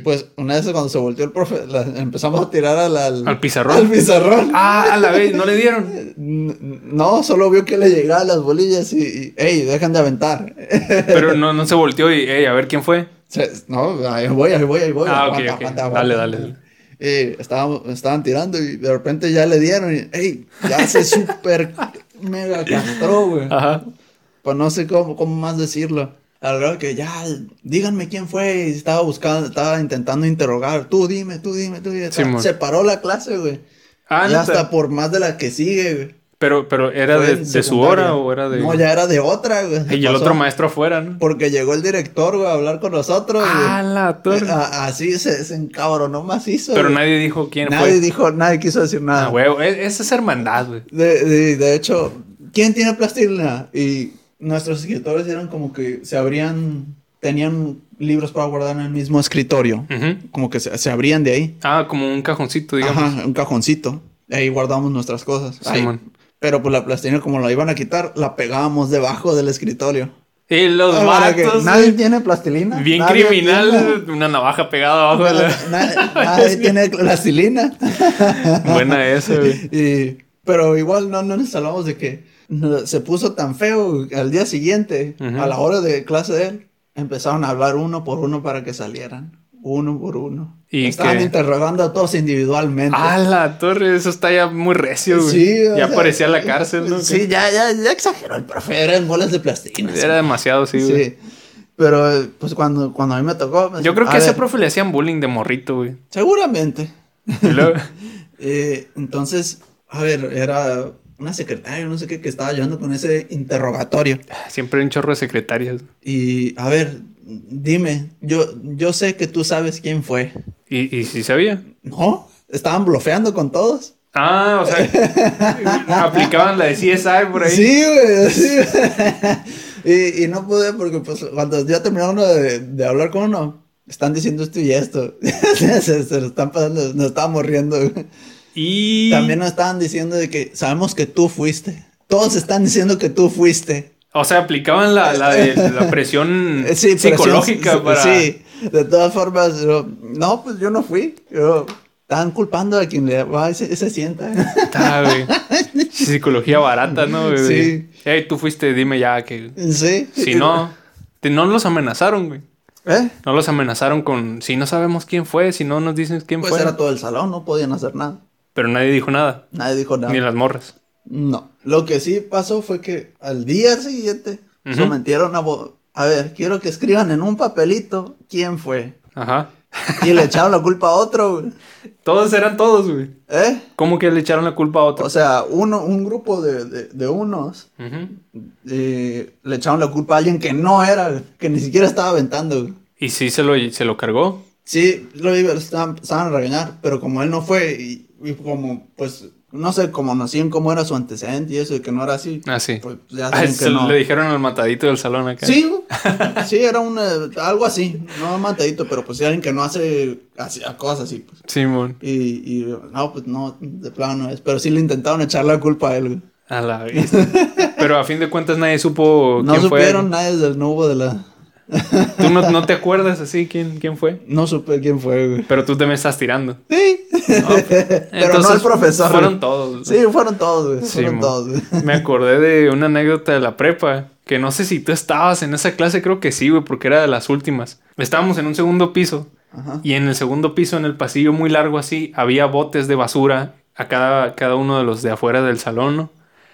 [SPEAKER 1] pues una de esas cuando se volteó el profe, la- empezamos a tirar al, al,
[SPEAKER 2] Al pizarrón.
[SPEAKER 1] al pizarrón.
[SPEAKER 2] Ah, a la vez, no le dieron.
[SPEAKER 1] N- No, solo vio que le llegaban las bolillas y, y, hey, dejan de aventar.
[SPEAKER 2] Pero no, no se volteó y, "Ey, a ver quién fue.
[SPEAKER 1] Se- no, ahí voy, ahí voy, ahí voy.
[SPEAKER 2] Ah, ok, ok. Dale, dale, dale.
[SPEAKER 1] Y estábamos- Eh, estaban tirando y de repente ya le dieron y, hey, ya se super mega castró, güey.
[SPEAKER 2] Ajá.
[SPEAKER 1] Pues no sé cómo, cómo más decirlo. Al grado que ya, díganme quién fue. y Estaba buscando, estaba intentando interrogar. Tú dime, tú dime, tú dime.
[SPEAKER 2] Simón.
[SPEAKER 1] se paró la clase, güey.
[SPEAKER 2] Ah,
[SPEAKER 1] ya
[SPEAKER 2] no,
[SPEAKER 1] hasta por más de la que sigue, güey.
[SPEAKER 2] pero, pero era
[SPEAKER 1] Fue
[SPEAKER 2] de,
[SPEAKER 1] en
[SPEAKER 2] de su
[SPEAKER 1] secundaria.
[SPEAKER 2] hora o era de.
[SPEAKER 1] No, ya era de otra, güey.
[SPEAKER 2] y el
[SPEAKER 1] Pasó.
[SPEAKER 2] otro maestro afuera, ¿no?
[SPEAKER 1] Porque llegó el director, güey, a hablar con nosotros, güey.
[SPEAKER 2] Ah, la
[SPEAKER 1] Eh,
[SPEAKER 2] torre.
[SPEAKER 1] a- Así se, se encabronó macizo.
[SPEAKER 2] Pero
[SPEAKER 1] güey.
[SPEAKER 2] nadie dijo quién
[SPEAKER 1] Nadie
[SPEAKER 2] fue.
[SPEAKER 1] dijo, nadie quiso decir nada.
[SPEAKER 2] Ah, huevo. e- Esa es hermandad, güey.
[SPEAKER 1] de, de- de hecho, ¿quién tiene plastilina? Y nuestros escritores eran como que se abrían, tenían libros para guardar en el mismo escritorio.
[SPEAKER 2] Ujú.
[SPEAKER 1] Como que se, se abrían de ahí.
[SPEAKER 2] Ah, como un cajoncito, digamos.
[SPEAKER 1] Ajá, un cajoncito. Ahí guardamos nuestras cosas. Ahí.
[SPEAKER 2] Simón.
[SPEAKER 1] Pero pues la plastilina, como la iban a quitar, la pegábamos debajo del escritorio.
[SPEAKER 2] Y los
[SPEAKER 1] Ah, para que
[SPEAKER 2] vatos.
[SPEAKER 1] Nadie
[SPEAKER 2] güey,
[SPEAKER 1] tiene plastilina.
[SPEAKER 2] Bien
[SPEAKER 1] nadie tiene-
[SPEAKER 2] criminal. Una navaja pegada abajo de la.
[SPEAKER 1] Na- nadie tiene plastilina.
[SPEAKER 2] Buena esa, güey.
[SPEAKER 1] Y- pero igual no, no nos salvamos de que no- se puso tan feo al día siguiente,
[SPEAKER 2] Ujú.
[SPEAKER 1] a la hora de clase de él, empezaron a hablar uno por uno para que salieran. Uno por uno.
[SPEAKER 2] ¿Y
[SPEAKER 1] Estaban
[SPEAKER 2] qué?
[SPEAKER 1] interrogando a todos individualmente.
[SPEAKER 2] Ah, la torre. Eso está ya muy recio, güey.
[SPEAKER 1] Sí, o
[SPEAKER 2] ya
[SPEAKER 1] sea, eh,
[SPEAKER 2] parecía la cárcel, ¿no?
[SPEAKER 1] Sí, ya, ya, ya exageró el profe, eran bolas de plastilina.
[SPEAKER 2] Era demasiado, sí,
[SPEAKER 1] sí.
[SPEAKER 2] güey.
[SPEAKER 1] Pero eh, pues cuando, cuando a mí me tocó... me
[SPEAKER 2] Yo
[SPEAKER 1] decían,
[SPEAKER 2] creo que
[SPEAKER 1] "A
[SPEAKER 2] a ese
[SPEAKER 1] ver,
[SPEAKER 2] profe le hacían bullying de morrito, güey.
[SPEAKER 1] Seguramente.
[SPEAKER 2] Y luego-
[SPEAKER 1] Eh, entonces, a ver, era una secretaria, no sé qué, que estaba ayudando con ese interrogatorio.
[SPEAKER 2] Siempre hay un chorro de secretarias.
[SPEAKER 1] Y, a ver, dime, yo, yo sé que tú sabes quién fue.
[SPEAKER 2] ¿Y, y si sabía?
[SPEAKER 1] ¿No? ¿Estaban blofeando con todos?
[SPEAKER 2] Ah, o sea, aplicaban la de CSI por ahí.
[SPEAKER 1] Sí, güey, sí. y, y no pude porque, pues, cuando ya terminó uno de, de hablar con uno, están diciendo esto y esto. se, se lo están pasando, nos estábamos riendo. güey.
[SPEAKER 2] Y
[SPEAKER 1] También nos estaban diciendo de que sabemos que tú fuiste. Todos están diciendo que tú fuiste.
[SPEAKER 2] o sea, aplicaban la, la de la presión
[SPEAKER 1] Eh, sí, pero
[SPEAKER 2] psicológica
[SPEAKER 1] sí,
[SPEAKER 2] para
[SPEAKER 1] sí, de todas formas, yo- no, pues yo no fui. Yo, estaban culpando a quien le va y se, se sienta.
[SPEAKER 2] Ta, Ah, güey. psicología barata, ¿no? güey?
[SPEAKER 1] Sí.
[SPEAKER 2] Ey, tú fuiste, dime ya que
[SPEAKER 1] sí.
[SPEAKER 2] si no te- no los amenazaron, güey.
[SPEAKER 1] ¿Eh?
[SPEAKER 2] No los amenazaron con si no sabemos quién fue, si no nos dicen quién
[SPEAKER 1] Pues
[SPEAKER 2] fue.
[SPEAKER 1] era todo el salón, no podían hacer nada.
[SPEAKER 2] Pero nadie dijo nada,
[SPEAKER 1] Nadie dijo nada.
[SPEAKER 2] ni las morras.
[SPEAKER 1] No. Lo que sí pasó fue que al día siguiente
[SPEAKER 2] Ujú.
[SPEAKER 1] sometieron a. vo- A ver, quiero que escriban en un papelito quién fue.
[SPEAKER 2] Ajá.
[SPEAKER 1] Y le echaron la culpa a otro, güey.
[SPEAKER 2] Todos eran todos, güey.
[SPEAKER 1] ¿eh?
[SPEAKER 2] ¿Cómo que le echaron la culpa a otro?
[SPEAKER 1] O sea, uno, un grupo de- de, de unos
[SPEAKER 2] Ujú.
[SPEAKER 1] eh, le echaron la culpa a alguien que no era, güey, que ni siquiera estaba aventando. güey.
[SPEAKER 2] Y sí se lo, se lo cargó.
[SPEAKER 1] Sí, lo iba- estaban, estaban a regañar, pero como él no fue y, y como, pues, no sé, como conocían cómo era su antecedente y eso, y que no era así,
[SPEAKER 2] Ah, sí.
[SPEAKER 1] pues ya
[SPEAKER 2] Ah,
[SPEAKER 1] saben
[SPEAKER 2] se
[SPEAKER 1] que no.
[SPEAKER 2] le dijeron al matadito del salón acá.
[SPEAKER 1] Sí, güey. sí, era un, eh, algo así, no matadito, pero pues alguien que no hace hacía cosas así, pues.
[SPEAKER 2] Simón.
[SPEAKER 1] Y, y no, pues no, de plano no es, pero sí le intentaron echar la culpa a él, güey.
[SPEAKER 2] A la vista. Pero a fin de cuentas nadie supo
[SPEAKER 1] No
[SPEAKER 2] quién
[SPEAKER 1] supieron nadie del nuevo de la...
[SPEAKER 2] fue. Tú no, no te acuerdas así quién, quién fue.
[SPEAKER 1] No supe quién fue, güey.
[SPEAKER 2] Pero tú también estás tirando.
[SPEAKER 1] Sí. Pero no el profesor.
[SPEAKER 2] Fueron todos.
[SPEAKER 1] Sí, fueron todos, güey.
[SPEAKER 2] Sí,
[SPEAKER 1] fueron
[SPEAKER 2] mo.
[SPEAKER 1] todos, güey.
[SPEAKER 2] Me acordé de una anécdota de la prepa, que no sé si tú estabas en esa clase, creo que sí, güey, porque era de las últimas. Estábamos en un segundo piso
[SPEAKER 1] Ajá.
[SPEAKER 2] y en el segundo piso, en el pasillo muy largo así, había botes de basura a cada, cada uno de los de afuera del salón, ¿no?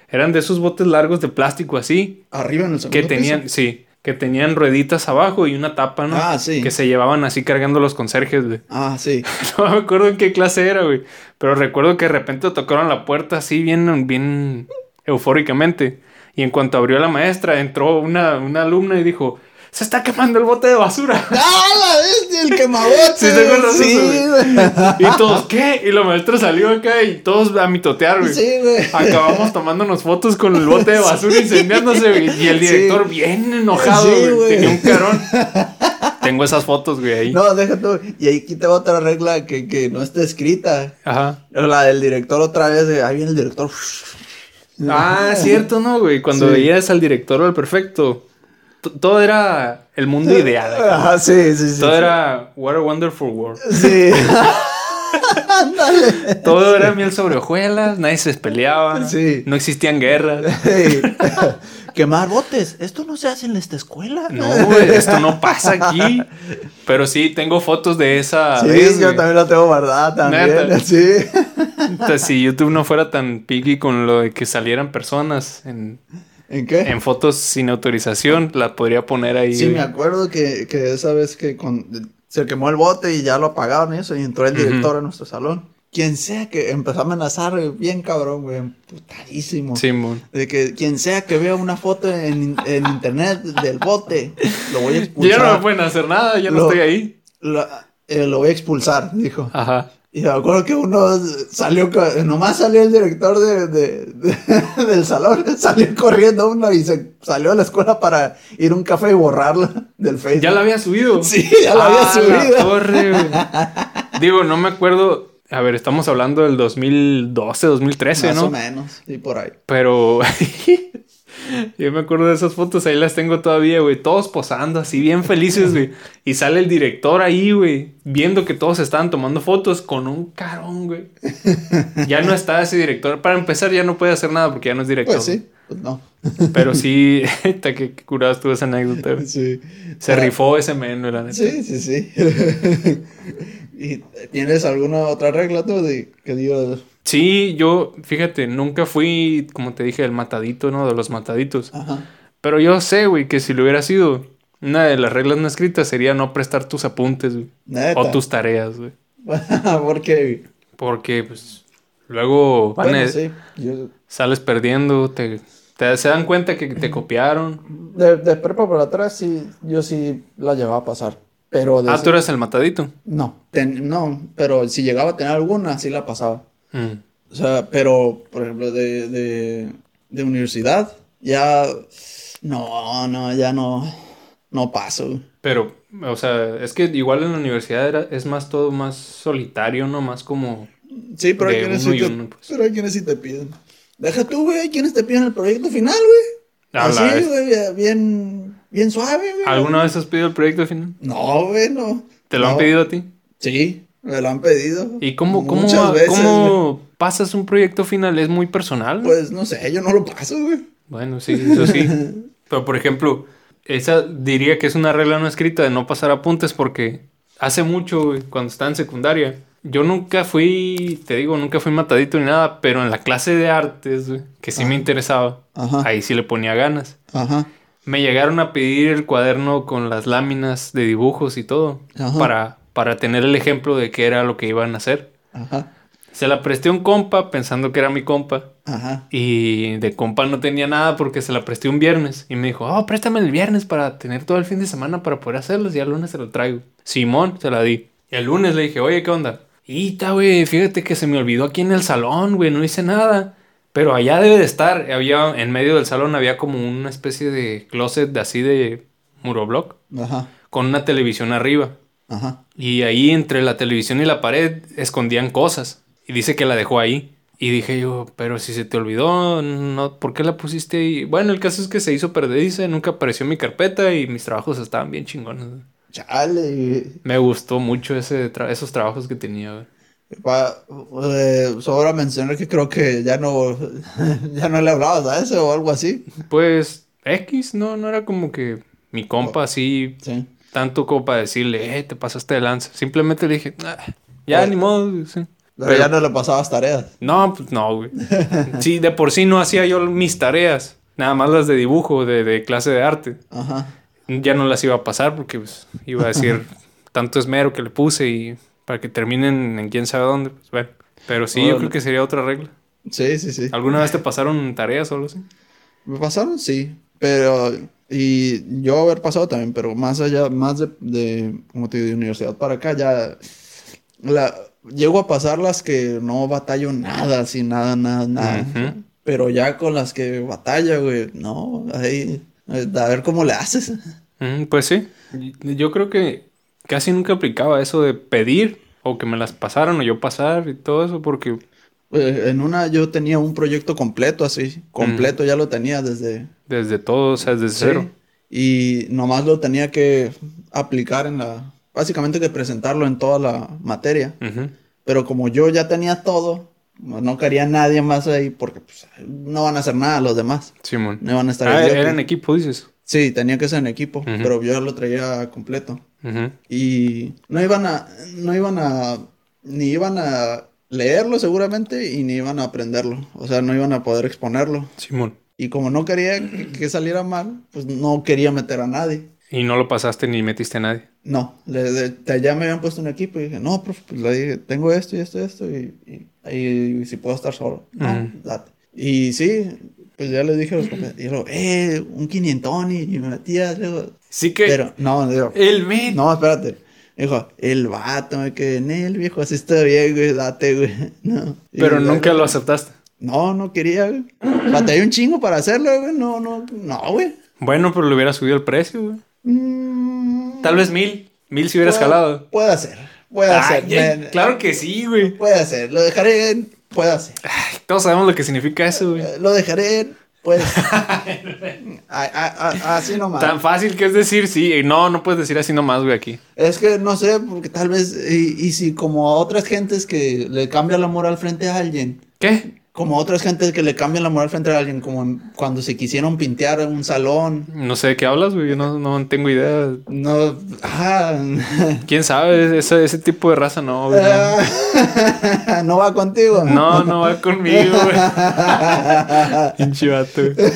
[SPEAKER 2] Eran de esos botes largos de plástico así,
[SPEAKER 1] Arriba en el segundo
[SPEAKER 2] que tenían,
[SPEAKER 1] piso.
[SPEAKER 2] sí, que tenían rueditas abajo y una tapa, ¿no?
[SPEAKER 1] Ah, sí.
[SPEAKER 2] Que se llevaban así cargando los conserjes, güey.
[SPEAKER 1] Ah, sí.
[SPEAKER 2] No me acuerdo en qué clase era, güey. Pero recuerdo que de repente tocaron la puerta así bien, bien eufóricamente. Y en cuanto abrió la maestra, entró una, una alumna y dijo, se está quemando el bote de basura.
[SPEAKER 1] ¡Ah, la bestia! El quemabote.
[SPEAKER 2] Sí, te acuerdas de
[SPEAKER 1] Sí,
[SPEAKER 2] eso, Y todos, ¿qué? Y la maestra salió acá y todos a mitotear, güey.
[SPEAKER 1] güey. Sí, güey.
[SPEAKER 2] Acabamos tomándonos fotos con el bote de basura incendiándose, güey. Y el director
[SPEAKER 1] Sí.
[SPEAKER 2] bien enojado,
[SPEAKER 1] Sí,
[SPEAKER 2] güey.
[SPEAKER 1] güey.
[SPEAKER 2] Tenía un carón. Tengo esas fotos, güey, ahí.
[SPEAKER 1] No, déjate. güey. Y ahí quita otra regla que, que no está escrita.
[SPEAKER 2] Ajá.
[SPEAKER 1] La del director otra vez. de, Ahí viene el director.
[SPEAKER 2] Ah, cierto, ¿no, güey? Cuando
[SPEAKER 1] Sí.
[SPEAKER 2] veías al director o al perfecto, T- Todo era el mundo ideal.
[SPEAKER 1] Ajá, sí, sí, sí.
[SPEAKER 2] Todo
[SPEAKER 1] sí.
[SPEAKER 2] era What a Wonderful World.
[SPEAKER 1] Sí. Ándale.
[SPEAKER 2] Todo era miel sobre hojuelas, nadie se peleaba,
[SPEAKER 1] Sí.
[SPEAKER 2] no existían guerras.
[SPEAKER 1] Ey, Quemar botes. Esto no se hace en esta escuela.
[SPEAKER 2] No, güey, esto no pasa aquí. Pero sí, tengo fotos de esa
[SPEAKER 1] Sí,
[SPEAKER 2] vez,
[SPEAKER 1] yo
[SPEAKER 2] güey.
[SPEAKER 1] también la tengo guardada también.
[SPEAKER 2] Neta.
[SPEAKER 1] Sí.
[SPEAKER 2] Entonces, si YouTube no fuera tan picky con lo de que salieran personas en,
[SPEAKER 1] ¿En qué?
[SPEAKER 2] en fotos sin autorización, la podría poner ahí.
[SPEAKER 1] Sí, me acuerdo que, que esa vez que con- se quemó el bote y ya lo apagaron y eso, y entró el
[SPEAKER 2] Ujú.
[SPEAKER 1] director a nuestro salón. Quien sea que empezó a amenazar eh, bien cabrón, güey, putadísimo.
[SPEAKER 2] Simón.
[SPEAKER 1] De que quien sea que vea una foto en, en internet del bote, lo voy a
[SPEAKER 2] Y ya
[SPEAKER 1] expulsar.
[SPEAKER 2] no me pueden hacer nada, ya no,
[SPEAKER 1] Lo-
[SPEAKER 2] estoy ahí.
[SPEAKER 1] Lo, eh, lo voy a expulsar, dijo.
[SPEAKER 2] Ajá.
[SPEAKER 1] Y me acuerdo que uno salió, co- nomás salió el director de, de- de- del salón, salió corriendo uno y se salió de la escuela para ir a un café y borrarla del Facebook.
[SPEAKER 2] Ya la había subido.
[SPEAKER 1] Sí, ya la había
[SPEAKER 2] Ah,
[SPEAKER 1] subido.
[SPEAKER 2] la torre, güey. Digo, no me acuerdo. A ver, estamos hablando del 2012, 2013,
[SPEAKER 1] Más
[SPEAKER 2] ¿no?
[SPEAKER 1] o menos, y por ahí.
[SPEAKER 2] Pero yo me acuerdo de esas fotos, ahí las tengo todavía, güey. Todos posando así, bien felices, güey. Y sale el director ahí, güey, viendo que todos estaban tomando fotos con un carón, güey. Ya no está ese director. Para empezar, ya no puede hacer nada porque ya no es director.
[SPEAKER 1] Pues sí, pues no.
[SPEAKER 2] Pero sí, está que que curado estuvo esa anécdota. güey.
[SPEAKER 1] Sí.
[SPEAKER 2] Se rifó ese men, güey, la neta.
[SPEAKER 1] Sí, sí, sí. ¿Y tienes alguna otra regla tú de que digas?
[SPEAKER 2] Sí, yo, fíjate, nunca fui, como te dije, el matadito, ¿no? De los mataditos.
[SPEAKER 1] Ajá.
[SPEAKER 2] Pero yo sé, güey, que si lo hubiera sido, una de las reglas no escritas sería no prestar tus apuntes, güey.
[SPEAKER 1] Neta.
[SPEAKER 2] O tus tareas, güey.
[SPEAKER 1] Porque.
[SPEAKER 2] Porque, pues, luego van a-
[SPEAKER 1] Bueno, sí. yo-
[SPEAKER 2] sales perdiendo, te, te- se dan cuenta que te copiaron.
[SPEAKER 1] de, de prepa para atrás, sí, yo sí la llevaba a pasar. Pero de
[SPEAKER 2] Ah, tú eres el matadito.
[SPEAKER 1] No, ten- no, pero si llegaba a tener alguna, sí la pasaba.
[SPEAKER 2] Mm.
[SPEAKER 1] O sea, pero, por ejemplo, de, de, de universidad, ya. No, no, ya no. No paso.
[SPEAKER 2] Pero, o sea, es que igual en la universidad era- es más todo más solitario, ¿no? Más como...
[SPEAKER 1] Sí, pero hay
[SPEAKER 2] De
[SPEAKER 1] quienes
[SPEAKER 2] uno
[SPEAKER 1] sí
[SPEAKER 2] y
[SPEAKER 1] te,
[SPEAKER 2] uno, pues.
[SPEAKER 1] pero hay quienes sí te piden. Deja tú, güey, hay quienes te piden el proyecto final, güey.
[SPEAKER 2] A Ah, la
[SPEAKER 1] Así,
[SPEAKER 2] vez.
[SPEAKER 1] güey, bien, bien suave, güey.
[SPEAKER 2] ¿Alguna vez has pedido el proyecto final?
[SPEAKER 1] No, güey, no.
[SPEAKER 2] ¿Te lo han
[SPEAKER 1] No.
[SPEAKER 2] pedido a ti?
[SPEAKER 1] Sí, me lo han pedido.
[SPEAKER 2] ¿Y cómo, cómo,
[SPEAKER 1] Muchas veces, güey.
[SPEAKER 2] cómo pasas un proyecto final? ¿Es muy personal?
[SPEAKER 1] Pues no sé, yo no lo paso, güey.
[SPEAKER 2] Bueno, sí, eso sí. Pero por ejemplo, esa diría que es una regla no escrita de no pasar apuntes porque hace mucho, güey, cuando estaba en secundaria, yo nunca fui, te digo, nunca fui matadito ni nada, pero en la clase de artes, güey, que sí me interesaba,
[SPEAKER 1] Ajá.
[SPEAKER 2] ahí sí le ponía ganas.
[SPEAKER 1] Ajá.
[SPEAKER 2] Me llegaron a pedir el cuaderno con las láminas de dibujos y todo
[SPEAKER 1] Ajá.
[SPEAKER 2] para, para tener el ejemplo de qué era lo que iban a hacer.
[SPEAKER 1] Ajá.
[SPEAKER 2] Se la presté a un compa pensando que era mi compa.
[SPEAKER 1] Ajá.
[SPEAKER 2] Y de compa no tenía nada porque se la presté un viernes. Y me dijo, oh, préstame el viernes para tener todo el fin de semana para poder hacerlos. Y el lunes se lo traigo. Simón, se la di. Y el lunes le dije, oye, ¿qué onda? Y ta, güey, fíjate que se me olvidó aquí en el salón, güey, no hice nada. Pero allá debe de estar. Había, en medio del salón había como una especie de closet de así de muroblock
[SPEAKER 1] Ajá.
[SPEAKER 2] con una televisión arriba.
[SPEAKER 1] Ajá.
[SPEAKER 2] Y ahí entre la televisión y la pared escondían cosas. Y dice que la dejó ahí. Y dije yo, pero si se te olvidó, no, ¿por qué la pusiste ahí? Bueno, el caso es que se hizo perdidiza, nunca apareció en mi carpeta y mis trabajos estaban bien chingones.
[SPEAKER 1] Chale, güey.
[SPEAKER 2] Me gustó mucho ese tra- esos trabajos que tenía. güey.
[SPEAKER 1] Pa- eh, sobra mencionar que creo que ya no, ya no le hablabas a ese o algo así.
[SPEAKER 2] Pues X, no, no era como que mi compa así,
[SPEAKER 1] Sí.
[SPEAKER 2] tanto como para decirle, eh, te pasaste de lanza. Simplemente le dije, "Ah, ya,
[SPEAKER 1] Pues-
[SPEAKER 2] ni modo. sí".
[SPEAKER 1] Pero, ya no le pasabas tareas.
[SPEAKER 2] No, pues no, güey. Sí, de por sí no hacía yo mis tareas. Nada más las de dibujo, de, de clase de arte.
[SPEAKER 1] Ajá.
[SPEAKER 2] Ya no las iba a pasar porque pues, iba a decir tanto esmero que le puse y para que terminen en quién sabe dónde. Pues, bueno. Pero sí, yo
[SPEAKER 1] Órale.
[SPEAKER 2] creo que sería otra regla.
[SPEAKER 1] Sí, sí, sí.
[SPEAKER 2] ¿Alguna vez te pasaron tareas o algo así?
[SPEAKER 1] Me pasaron, sí. Pero, y yo haber pasado también, pero más allá, más de, de como te digo, de universidad para acá, ya la, llego a pasar las que no batallo nada, así, nada, nada, nada.
[SPEAKER 2] Ujú.
[SPEAKER 1] Pero ya con las que batalla, güey, no, ahí, eh, a ver cómo le haces.
[SPEAKER 2] Mm, pues sí. Yo creo que casi nunca aplicaba eso de pedir o que me las pasaron o yo pasar y todo eso porque...
[SPEAKER 1] Eh, en una yo tenía un proyecto completo así, completo ya lo tenía desde
[SPEAKER 2] Desde todo, o sea, desde
[SPEAKER 1] Sí.
[SPEAKER 2] cero.
[SPEAKER 1] Y nomás lo tenía que aplicar en la... Básicamente que presentarlo en toda la materia.
[SPEAKER 2] Ujú.
[SPEAKER 1] Pero como yo ya tenía todo, no quería a nadie más ahí porque pues, no van a hacer nada los demás.
[SPEAKER 2] Simón.
[SPEAKER 1] No van a estar
[SPEAKER 2] Ah,
[SPEAKER 1] ahí.
[SPEAKER 2] era en equipo, dices.
[SPEAKER 1] Sí, tenía que ser en equipo,
[SPEAKER 2] Ujú.
[SPEAKER 1] pero yo ya lo traía completo.
[SPEAKER 2] Ujú.
[SPEAKER 1] Y no iban a, no iban a, ni iban a leerlo seguramente y ni iban a aprenderlo. O sea, no iban a poder exponerlo.
[SPEAKER 2] Simón.
[SPEAKER 1] Y como no quería que- que saliera mal, pues no quería meter a nadie.
[SPEAKER 2] Y no lo pasaste ni metiste a nadie.
[SPEAKER 1] No, le, le- te- ya me habían puesto un equipo y dije, no, profe, pues le dije, tengo esto y esto y esto y, y, y si puedo estar solo. No,
[SPEAKER 2] Ujú.
[SPEAKER 1] date. Y sí, pues ya les dije a los compañeros, y luego, eh, un quinientón y, y me metía, luego,
[SPEAKER 2] Sí que.
[SPEAKER 1] pero no, digo,
[SPEAKER 2] el men.
[SPEAKER 1] no, espérate. Dijo, el vato, me quedé en él, viejo, así está bien, güey, date, güey. No. Y
[SPEAKER 2] Pero
[SPEAKER 1] luego-
[SPEAKER 2] nunca lo aceptaste.
[SPEAKER 1] No, no quería, güey. Batallé un chingo para hacerlo, güey. No, no, no, güey.
[SPEAKER 2] Bueno, pero le hubiera subido el precio, güey.
[SPEAKER 1] Mm,
[SPEAKER 2] Tal vez mil. Mil si hubieras
[SPEAKER 1] puede-
[SPEAKER 2] jalado.
[SPEAKER 1] Puede hacer, puede
[SPEAKER 2] Ay,
[SPEAKER 1] hacer.
[SPEAKER 2] ay,
[SPEAKER 1] me-
[SPEAKER 2] Ah, claro que sí, güey.
[SPEAKER 1] Puede hacer, lo dejaré en, puede hacer.
[SPEAKER 2] Ay, Todos sabemos lo que significa eso, güey.
[SPEAKER 1] Eh, Lo dejaré en, puede ser. Ay, a- a- así nomás.
[SPEAKER 2] Tan fácil que es decir sí. y No, no puedes decir así nomás, güey, aquí.
[SPEAKER 1] Es que no sé, porque tal vez, y, y si como a otras gentes que le cambia la moral frente a alguien,
[SPEAKER 2] ¿Qué?
[SPEAKER 1] como otras gentes que le cambian la moral frente a alguien, como en- cuando se quisieron pintear en un salón,
[SPEAKER 2] No sé de qué hablas, güey. Yo no, no tengo idea.
[SPEAKER 1] no, ah,
[SPEAKER 2] ¿Quién sabe? Ese, ese tipo de raza no, güey. No,
[SPEAKER 1] ah, no va contigo.
[SPEAKER 2] no, no va conmigo, güey. Pinche vato, güey.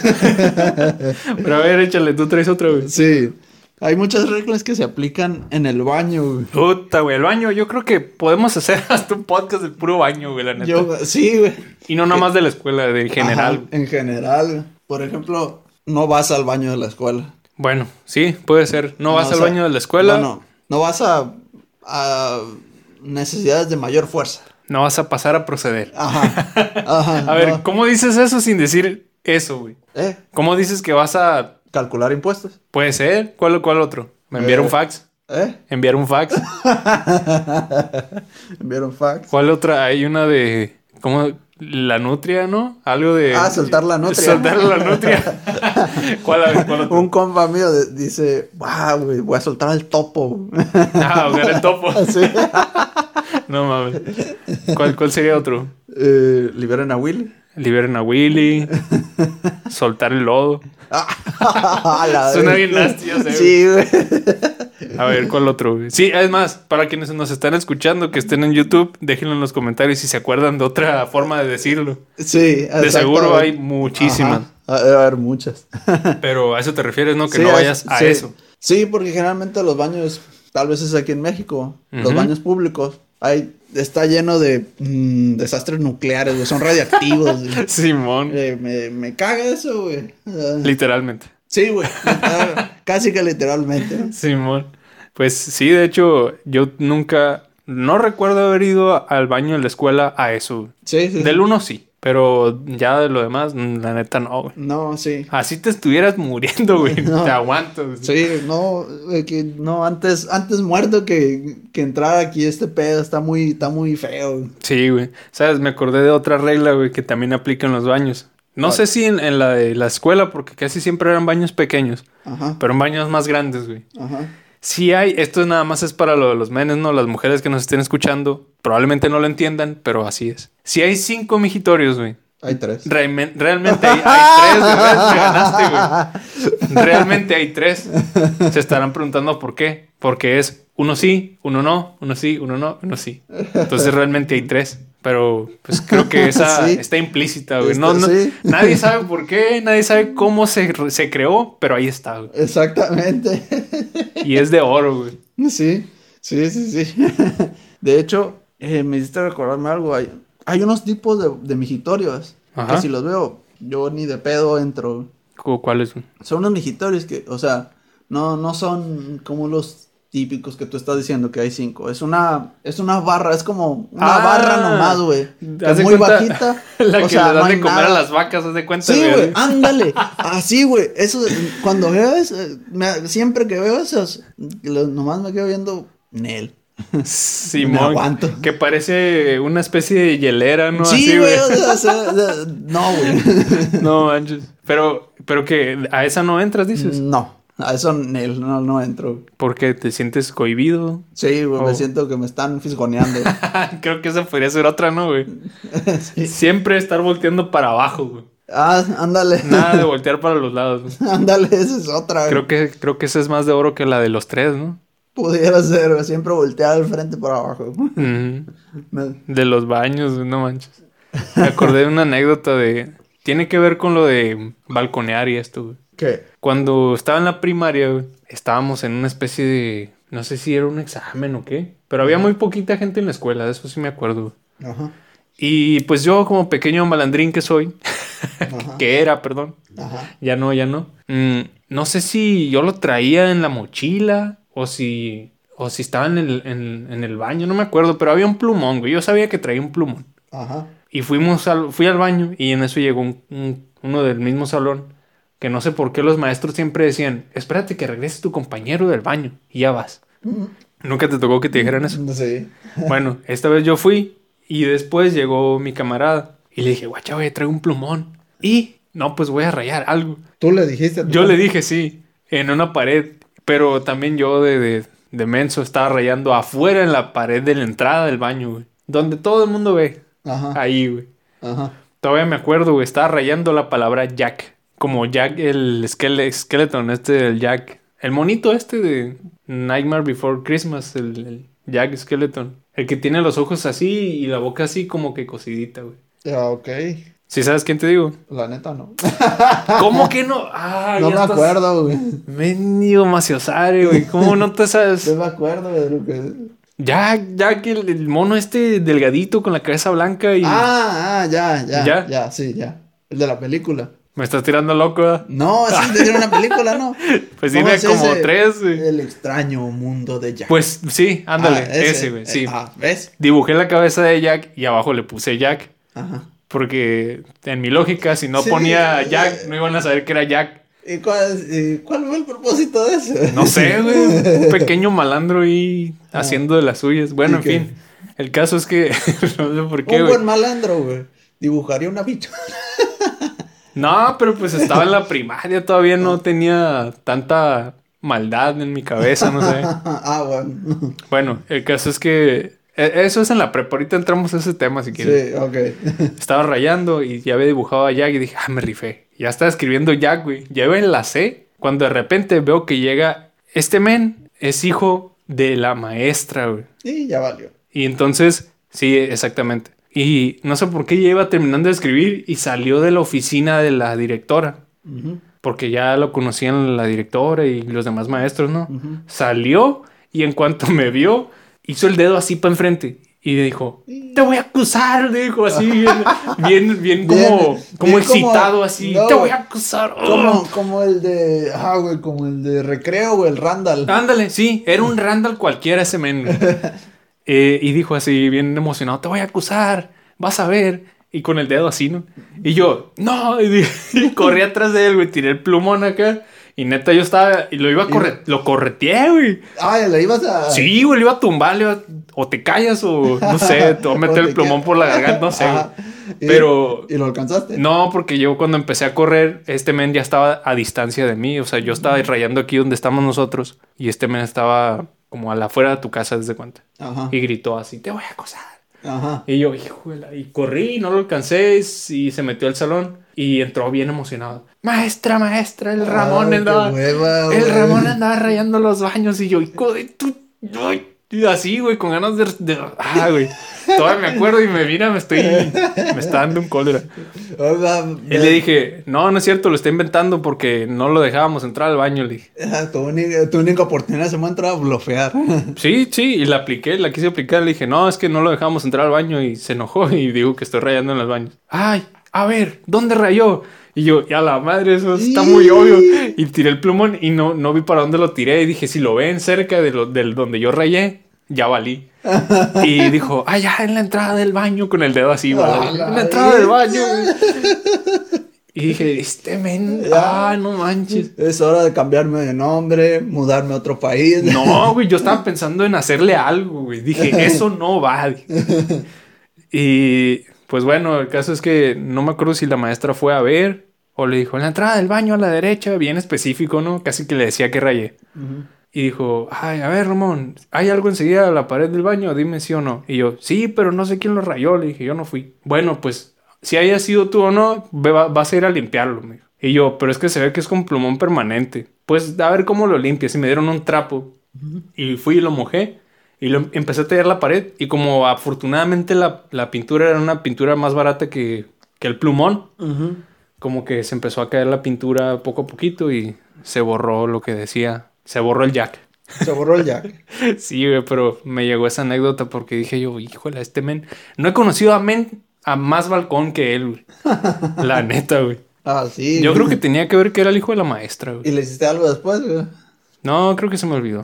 [SPEAKER 2] Pero a ver, échale, tú traes otra, güey.
[SPEAKER 1] Sí, hay muchas reglas que se aplican en el baño. güey.
[SPEAKER 2] Puta, güey, el baño. Yo creo que podemos hacer hasta un podcast del puro baño, güey, la neta.
[SPEAKER 1] Yo, sí, güey.
[SPEAKER 2] Y no nomás de la escuela, de en general.
[SPEAKER 1] Ajá, en general, güey. por ejemplo, no vas al baño de la escuela.
[SPEAKER 2] Bueno, sí, puede ser. No, vas
[SPEAKER 1] o
[SPEAKER 2] al
[SPEAKER 1] sea,
[SPEAKER 2] baño de la escuela.
[SPEAKER 1] No,
[SPEAKER 2] No,
[SPEAKER 1] no, no vas a, a necesidades de mayor fuerza.
[SPEAKER 2] vas a pasar a proceder.
[SPEAKER 1] Ajá. ajá,
[SPEAKER 2] A ver,
[SPEAKER 1] no.
[SPEAKER 2] ¿cómo dices eso sin decir eso, güey?
[SPEAKER 1] Eh,
[SPEAKER 2] ¿Cómo dices que vas a...
[SPEAKER 1] calcular impuestos.
[SPEAKER 2] Puede ser? ¿Cuál o cuál otro? ¿Me enviar un
[SPEAKER 1] Eh.
[SPEAKER 2] fax?
[SPEAKER 1] Eh.
[SPEAKER 2] ¿Enviar un fax?
[SPEAKER 1] Enviaron fax.
[SPEAKER 2] ¿Cuál otra? Hay una de... ¿Cómo? La nutria, ¿no? Algo de...
[SPEAKER 1] Ah, soltar la nutria.
[SPEAKER 2] Soltar la nutria. ¿Cuál? A ver, ¿cuál otra?
[SPEAKER 1] Un compa mío de- dice, wow, güey, voy a soltar al topo.
[SPEAKER 2] Ah, ahogar el topo.
[SPEAKER 1] Así.
[SPEAKER 2] No mames. ¿Cuál, ¿Cuál sería otro?
[SPEAKER 1] Eh, Liberan a Willy.
[SPEAKER 2] Liberen a Willy. Soltar el lodo.
[SPEAKER 1] Ah, la
[SPEAKER 2] Suena
[SPEAKER 1] verga.
[SPEAKER 2] bien ¿eh? nasty, ya sé,
[SPEAKER 1] Sí, güey.
[SPEAKER 2] A ver, ¿cuál otro? güey? Sí, es más, para quienes nos están escuchando, que estén en YouTube, déjenlo en los comentarios si se acuerdan de otra forma de decirlo.
[SPEAKER 1] Sí,
[SPEAKER 2] De seguro hay
[SPEAKER 1] exactamente.
[SPEAKER 2] muchísimas.
[SPEAKER 1] Ajá, Debe haber muchas.
[SPEAKER 2] Pero a eso te refieres, ¿no? Que
[SPEAKER 1] Sí,
[SPEAKER 2] no vayas a
[SPEAKER 1] sí.
[SPEAKER 2] eso.
[SPEAKER 1] Sí, porque generalmente los baños, tal vez es aquí en México, los
[SPEAKER 2] Ujú.
[SPEAKER 1] baños públicos, hay, está lleno de mm, desastres nucleares, güey, son radiactivos. güey.
[SPEAKER 2] Simón,
[SPEAKER 1] Eh, me, me caga eso, güey. Ah,
[SPEAKER 2] literalmente.
[SPEAKER 1] sí, güey. literal- Casi que literalmente.
[SPEAKER 2] Simón. Pues sí, de hecho, yo nunca, no recuerdo haber ido al baño en la escuela a eso.
[SPEAKER 1] Sí, sí.
[SPEAKER 2] Del uno sí, pero ya de lo demás, mm, la neta no, güey.
[SPEAKER 1] No, sí.
[SPEAKER 2] Así te estuvieras muriendo, güey.
[SPEAKER 1] No.
[SPEAKER 2] Te aguanto. güey.
[SPEAKER 1] Sí, no, eh, que no, antes, antes muerto que, que entrar aquí este pedo está muy, está muy feo. güey.
[SPEAKER 2] Sí, güey. Sabes, me acordé de otra regla, güey, que también aplica en los baños. No sé si en, en la de la escuela, porque casi siempre eran baños pequeños,
[SPEAKER 1] Ajá,
[SPEAKER 2] pero en baños más grandes, güey.
[SPEAKER 1] ajá.
[SPEAKER 2] Si hay, esto nada más es para lo de los menes, ¿no? Las mujeres que nos estén escuchando probablemente no lo entiendan, pero así es. Si hay cinco mijitorios, güey,
[SPEAKER 1] Hay tres.
[SPEAKER 2] realme- realmente hay, hay tres, güey. ¿ves? Me ganaste, güey. Realmente hay tres. Se estarán preguntando por qué. Porque es uno sí, uno no, uno sí, uno no, uno sí. Entonces realmente hay tres. Pero pues creo que esa
[SPEAKER 1] Sí.
[SPEAKER 2] está implícita, güey.
[SPEAKER 1] Está-
[SPEAKER 2] No, no-
[SPEAKER 1] sí.
[SPEAKER 2] Nadie sabe por qué, nadie sabe cómo se, se creó, pero ahí está, güey.
[SPEAKER 1] Exactamente.
[SPEAKER 2] Y es de oro, güey.
[SPEAKER 1] Sí, sí, sí, sí. De hecho, eh, me hiciste recordarme algo. Hay, hay unos tipos de, de mijitorios
[SPEAKER 2] Ajá.
[SPEAKER 1] que si los veo, yo ni de pedo entro.
[SPEAKER 2] Cu- ¿Cuál es? güey?
[SPEAKER 1] Son unos mijitorios que, o sea, no, no son como los típicos que tú estás diciendo que hay cinco. Es una, es una barra, es como una
[SPEAKER 2] Ah,
[SPEAKER 1] barra nomás, güey. que
[SPEAKER 2] Haz
[SPEAKER 1] Es
[SPEAKER 2] de
[SPEAKER 1] muy
[SPEAKER 2] cuenta-
[SPEAKER 1] bajita.
[SPEAKER 2] La
[SPEAKER 1] o
[SPEAKER 2] que
[SPEAKER 1] sea,
[SPEAKER 2] le dan
[SPEAKER 1] no hay
[SPEAKER 2] de comer
[SPEAKER 1] nada.
[SPEAKER 2] a las vacas, haz de cuenta,
[SPEAKER 1] Sí, güey,
[SPEAKER 2] güey.
[SPEAKER 1] ándale. Así, güey. Eso, cuando veo eso, me- siempre que veo esos, lo- nomás me quedo viendo Nel.
[SPEAKER 2] Simón.
[SPEAKER 1] Me aguanto.
[SPEAKER 2] Que parece una especie de hielera, ¿no?
[SPEAKER 1] sí,
[SPEAKER 2] Así,
[SPEAKER 1] güey. o sea, o sea, de- no, güey.
[SPEAKER 2] No manches. Pero, pero que a esa no entras, dices.
[SPEAKER 1] No. A eso Nel, no, no entro.
[SPEAKER 2] Porque te sientes cohibido.
[SPEAKER 1] Sí, güey,
[SPEAKER 2] Oh.
[SPEAKER 1] me siento que me están fisgoneando.
[SPEAKER 2] Creo que esa podría ser otra, ¿no, güey?
[SPEAKER 1] Sí.
[SPEAKER 2] Siempre estar volteando para abajo, güey.
[SPEAKER 1] Ah, ándale.
[SPEAKER 2] Nada de voltear para los lados. güey.
[SPEAKER 1] Ándale, esa es otra.
[SPEAKER 2] Creo
[SPEAKER 1] Creo...
[SPEAKER 2] que, creo que esa es más de oro que la de los tres, ¿no?
[SPEAKER 1] Pudiera ser, güey, siempre voltear al frente para abajo.
[SPEAKER 2] Ujú.
[SPEAKER 1] Me-
[SPEAKER 2] De los baños, güey, no manches. Me acordé de una anécdota de... Tiene que ver con lo de balconear y esto, güey.
[SPEAKER 1] ¿Qué?
[SPEAKER 2] Cuando estaba en la primaria, güey, estábamos en una especie de... No sé si era un examen o qué. Pero había muy poquita gente en la escuela, de eso sí me acuerdo. güey.
[SPEAKER 1] Ajá.
[SPEAKER 2] Y pues yo como pequeño malandrín que soy,
[SPEAKER 1] Ajá.
[SPEAKER 2] que era, perdón,
[SPEAKER 1] Ajá.
[SPEAKER 2] ya no, ya no. Mm, no sé si yo lo traía en la mochila o si, o si estaba en el, en- en el baño, no me acuerdo, pero había un plumón, güey. Yo sabía que traía un plumón.
[SPEAKER 1] Ajá.
[SPEAKER 2] Y fuimos al, fui al baño y en eso llegó un- un- uno del mismo salón. Que no sé por qué los maestros siempre decían, espérate que regrese tu compañero del baño y ya vas. Nunca te tocó que te dijeran eso.
[SPEAKER 1] Sí.
[SPEAKER 2] Bueno, esta vez yo fui y después llegó mi camarada y le dije, guacha, güey, traigo un plumón. Y no, pues voy a rayar algo.
[SPEAKER 1] Tú le dijiste. a tu-
[SPEAKER 2] Yo le dije, sí, en una pared, pero también yo de, de, de menso estaba rayando afuera en la pared de la entrada del baño, güey. Donde todo el mundo ve.
[SPEAKER 1] Ajá.
[SPEAKER 2] Ahí, güey.
[SPEAKER 1] Ajá.
[SPEAKER 2] Todavía me acuerdo, güey, estaba rayando la palabra Jack. Como Jack, el skele- skeleton, este del Jack. El monito este de Nightmare Before Christmas, el, el Jack Skeleton. El que tiene los ojos así y la boca así como que cocidita, güey.
[SPEAKER 1] Ya, ok.
[SPEAKER 2] Si sabes quién te digo?
[SPEAKER 1] La neta no.
[SPEAKER 2] ¿Cómo que no? Ah,
[SPEAKER 1] no
[SPEAKER 2] ya
[SPEAKER 1] me
[SPEAKER 2] estás-
[SPEAKER 1] acuerdo, güey.
[SPEAKER 2] Mendigo maciosare, güey. ¿Cómo no te
[SPEAKER 1] No
[SPEAKER 2] sabes?
[SPEAKER 1] me acuerdo de lo que.
[SPEAKER 2] Jack, Jack, el, el mono este delgadito con la cabeza blanca y...
[SPEAKER 1] Ah, ah, ya, ya,
[SPEAKER 2] ¿Ya?
[SPEAKER 1] ya. sí, ya. El de la película.
[SPEAKER 2] Me estás tirando loco, ¿verdad?
[SPEAKER 1] No, así te dieron una película, ¿no?
[SPEAKER 2] Ah. Pues
[SPEAKER 1] ¿Cómo
[SPEAKER 2] tiene
[SPEAKER 1] es
[SPEAKER 2] como
[SPEAKER 1] ese?
[SPEAKER 2] tres, güey.
[SPEAKER 1] El extraño mundo de Jack.
[SPEAKER 2] Pues sí,
[SPEAKER 1] Ah,
[SPEAKER 2] ándale, ese, güey,
[SPEAKER 1] eh,
[SPEAKER 2] sí.
[SPEAKER 1] ah, ¿ves?
[SPEAKER 2] Dibujé la cabeza de Jack y abajo le puse Jack.
[SPEAKER 1] Ajá.
[SPEAKER 2] Porque en mi lógica, si no
[SPEAKER 1] Sí,
[SPEAKER 2] ponía
[SPEAKER 1] eh,
[SPEAKER 2] Jack, no iban a saber que era Jack.
[SPEAKER 1] ¿Y cuál, y cuál fue el propósito de eso?
[SPEAKER 2] No sé, güey. Un pequeño malandro ahí
[SPEAKER 1] Ah.
[SPEAKER 2] haciendo de las suyas. Bueno, en
[SPEAKER 1] ¿Y qué?
[SPEAKER 2] fin. El caso es que. no sé por qué,
[SPEAKER 1] Un
[SPEAKER 2] güey.
[SPEAKER 1] buen malandro, güey. Dibujaría una bicha.
[SPEAKER 2] No, pero pues estaba en la primaria, todavía no
[SPEAKER 1] Ah.
[SPEAKER 2] tenía tanta maldad en mi cabeza, no sé.
[SPEAKER 1] ah, bueno.
[SPEAKER 2] Bueno, el caso es que. e- Eso es en la prepa. Ahorita entramos a ese tema si quieres.
[SPEAKER 1] Sí, ok.
[SPEAKER 2] Estaba rayando y ya había dibujado a Jack y dije, ah, me rifé. Ya estaba escribiendo Jack, güey. Ya iba en la C. Cuando de repente veo que llega, este men es hijo de la maestra, güey.
[SPEAKER 1] y ya valió.
[SPEAKER 2] Y entonces, sí, exactamente. Y no sé por qué ya iba terminando de escribir y salió de la oficina de la directora.
[SPEAKER 1] Ujú,
[SPEAKER 2] Porque ya lo conocían la directora y los demás maestros, ¿no?
[SPEAKER 1] ujú.
[SPEAKER 2] Salió y en cuanto me vio, hizo el dedo así para enfrente y dijo, te voy a acusar, dijo así, bien, bien, bien como,
[SPEAKER 1] Bien,
[SPEAKER 2] como
[SPEAKER 1] bien como-
[SPEAKER 2] excitado así,
[SPEAKER 1] no.
[SPEAKER 2] te voy a acusar. oh".
[SPEAKER 1] Como, como el de. Ah, güey, como el de recreo, güey, el Randall.
[SPEAKER 2] Ándale, sí, era un Randall cualquiera ese men. güey. Eh, y dijo así, bien emocionado, te voy a acusar, vas a ver. Y con el dedo así, ¿no? Y yo, no, y, di- y corrí atrás de él, güey, tiré el plumón acá. Y neta, yo estaba, y lo iba a correr, lo correteé, güey.
[SPEAKER 1] Ah, le ibas a.
[SPEAKER 2] Sí, güey, le iba a tumbar, le iba a- o te callas o no sé, te voy a meter el plumón por la garganta, no sé. güey.
[SPEAKER 1] Ajá. Y-
[SPEAKER 2] Pero
[SPEAKER 1] ¿Y lo alcanzaste?
[SPEAKER 2] no, porque yo cuando empecé a correr, este men ya estaba a distancia de mí, o sea, yo estaba rayando aquí donde estamos nosotros y este men estaba como a la afuera de tu casa desde cuenta
[SPEAKER 1] Ajá.
[SPEAKER 2] y gritó así, "Te voy a acosar."
[SPEAKER 1] Ajá.
[SPEAKER 2] Y yo, híjole, y corrí, no lo alcancé y se metió al salón y entró bien emocionado. Maestra, maestra, el Ramón
[SPEAKER 1] Ay,
[SPEAKER 2] andaba-
[SPEAKER 1] qué hueva,
[SPEAKER 2] el
[SPEAKER 1] güey.
[SPEAKER 2] Ramón andaba rayando los baños y yo, hijo de tu... ay", y así, güey, con ganas de... de- ah, güey. Todavía me acuerdo y me mira, me estoy... Me está dando un cólera.
[SPEAKER 1] Oiga,
[SPEAKER 2] Y le dije, no, no es cierto, lo está inventando porque no lo dejábamos entrar al baño. Le dije,
[SPEAKER 1] ah, Tu única, tu única oportunidad se me ha entrado a blofear.
[SPEAKER 2] sí, sí, y la apliqué, la quise aplicar. Le dije, no, es que no lo dejábamos entrar al baño y se enojó y dijo que estoy rayando en los baños. Ay, a ver, ¿dónde rayó? Y yo, ya la madre, eso está muy obvio. Y tiré el plumón y no, no vi para dónde lo tiré. Y dije, si lo ven cerca de lo, del donde yo rayé, ya valí. Y dijo, ah, ya, en la entrada del baño, con el dedo así,
[SPEAKER 1] Ah,
[SPEAKER 2] güey,
[SPEAKER 1] la
[SPEAKER 2] En la entrada del baño. güey. Y dije, este men, ah, no manches.
[SPEAKER 1] Es hora de cambiarme de nombre, mudarme a otro país.
[SPEAKER 2] No, güey, yo estaba pensando en hacerle algo, güey. Dije, eso no va. dije. Y pues bueno, el caso es que no me acuerdo si la maestra fue a ver O le dijo, en la entrada del baño a la derecha, bien específico, ¿no? Casi que le decía que rayé.
[SPEAKER 1] Ujú.
[SPEAKER 2] Y dijo, ay, a ver, Ramón, ¿hay algo enseguida a la pared del baño? Dime sí o no. Y yo, sí, pero no sé quién lo rayó. Le dije, yo no fui. Bueno, pues, si haya sido tú o no, ve- va- vas a ir a limpiarlo, me dijo. Y yo, pero es que se ve que es con plumón permanente. Pues, a ver cómo lo limpias. Y me dieron un trapo. Y fui y lo mojé. Y lo em, empecé a tallar la pared. Y como afortunadamente la, la pintura era una pintura más barata que, que el plumón, como que se empezó a caer la pintura poco a poquito y se borró lo que decía. Se borró el jack.
[SPEAKER 1] Se borró el jack.
[SPEAKER 2] Sí, güey, pero me llegó esa anécdota porque dije yo, híjole, este men. No he conocido a men a más balcón que él, güey. La neta, güey.
[SPEAKER 1] Ah, sí.
[SPEAKER 2] Yo creo
[SPEAKER 1] güey.
[SPEAKER 2] que tenía que ver que era el hijo de la maestra, güey.
[SPEAKER 1] ¿Y le hiciste algo después, güey?
[SPEAKER 2] No, creo que se me olvidó.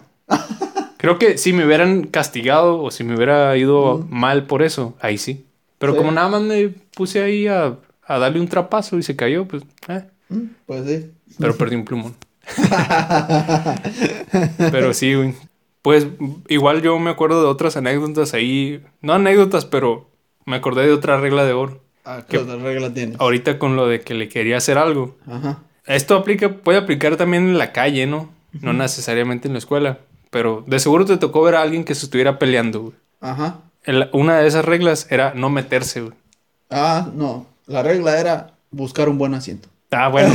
[SPEAKER 2] Creo que si me hubieran castigado o si me hubiera ido mal por eso, ahí sí. Pero
[SPEAKER 1] Sí.
[SPEAKER 2] como nada más me puse ahí a, a darle un trapazo y se cayó, pues, eh.
[SPEAKER 1] Mm, Pues sí.
[SPEAKER 2] Pero perdí un plumón. pero sí, güey. Pues igual yo me acuerdo de otras anécdotas ahí. No anécdotas, pero me acordé de otra regla de oro.
[SPEAKER 1] Ah, ¿qué otra regla tiene?
[SPEAKER 2] Ahorita con lo de que le quería hacer algo.
[SPEAKER 1] Ajá.
[SPEAKER 2] Esto aplica, puede aplicar también en la calle, ¿no? No necesariamente en la escuela. Pero de seguro te tocó ver a alguien que se estuviera peleando, güey.
[SPEAKER 1] Ajá.
[SPEAKER 2] El- una de esas reglas era no meterse, güey.
[SPEAKER 1] Ah, no. La regla era buscar un buen asiento.
[SPEAKER 2] Ah, bueno.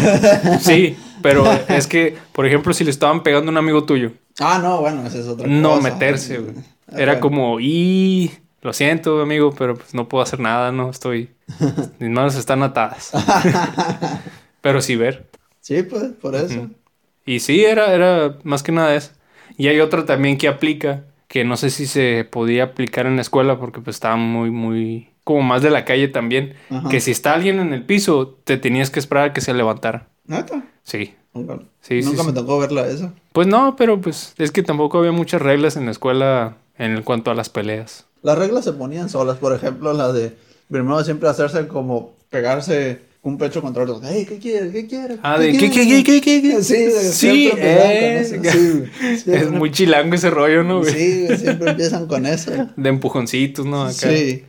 [SPEAKER 2] sí, pero es que, por ejemplo, si le estaban pegando a un amigo tuyo,
[SPEAKER 1] Ah, no, bueno, esa es otra
[SPEAKER 2] no
[SPEAKER 1] cosa.
[SPEAKER 2] meterse, güey.
[SPEAKER 1] Ah,
[SPEAKER 2] Era
[SPEAKER 1] bueno.
[SPEAKER 2] como, y lo siento, amigo, pero pues no puedo hacer nada, no estoy. Mis manos están atadas. pero sí ver.
[SPEAKER 1] Sí, pues, por eso.
[SPEAKER 2] Y sí, era, era más que nada eso. Y hay otra también que aplica, que no sé si se podía aplicar en la escuela porque pues estaba muy, muy, como más de la calle también,
[SPEAKER 1] Ajá.
[SPEAKER 2] que si está alguien en el piso, te tenías que esperar a que se levantara.
[SPEAKER 1] ¿Neta?
[SPEAKER 2] Sí.
[SPEAKER 1] Órale.
[SPEAKER 2] Sí, sí,
[SPEAKER 1] Nunca
[SPEAKER 2] sí.
[SPEAKER 1] me tocó verla eso.
[SPEAKER 2] Pues no, pero pues es que tampoco había muchas reglas en la escuela en cuanto a las peleas.
[SPEAKER 1] Las reglas se ponían solas, por ejemplo, la de primero siempre hacerse como pegarse un pecho contra otro. Hey, ¿qué quieres? ¿Qué quieres?
[SPEAKER 2] Ah, de qué, qué, qué, qué, qué, qué.
[SPEAKER 1] Sí, de-
[SPEAKER 2] Sí,
[SPEAKER 1] siempre empezaban con
[SPEAKER 2] eh.
[SPEAKER 1] eso. Sí, güey. Siempre-
[SPEAKER 2] Es muy chilango ese rollo, ¿no? güey?
[SPEAKER 1] Sí, güey, siempre empiezan con eso.
[SPEAKER 2] De empujoncitos, ¿no? Acá.
[SPEAKER 1] Sí.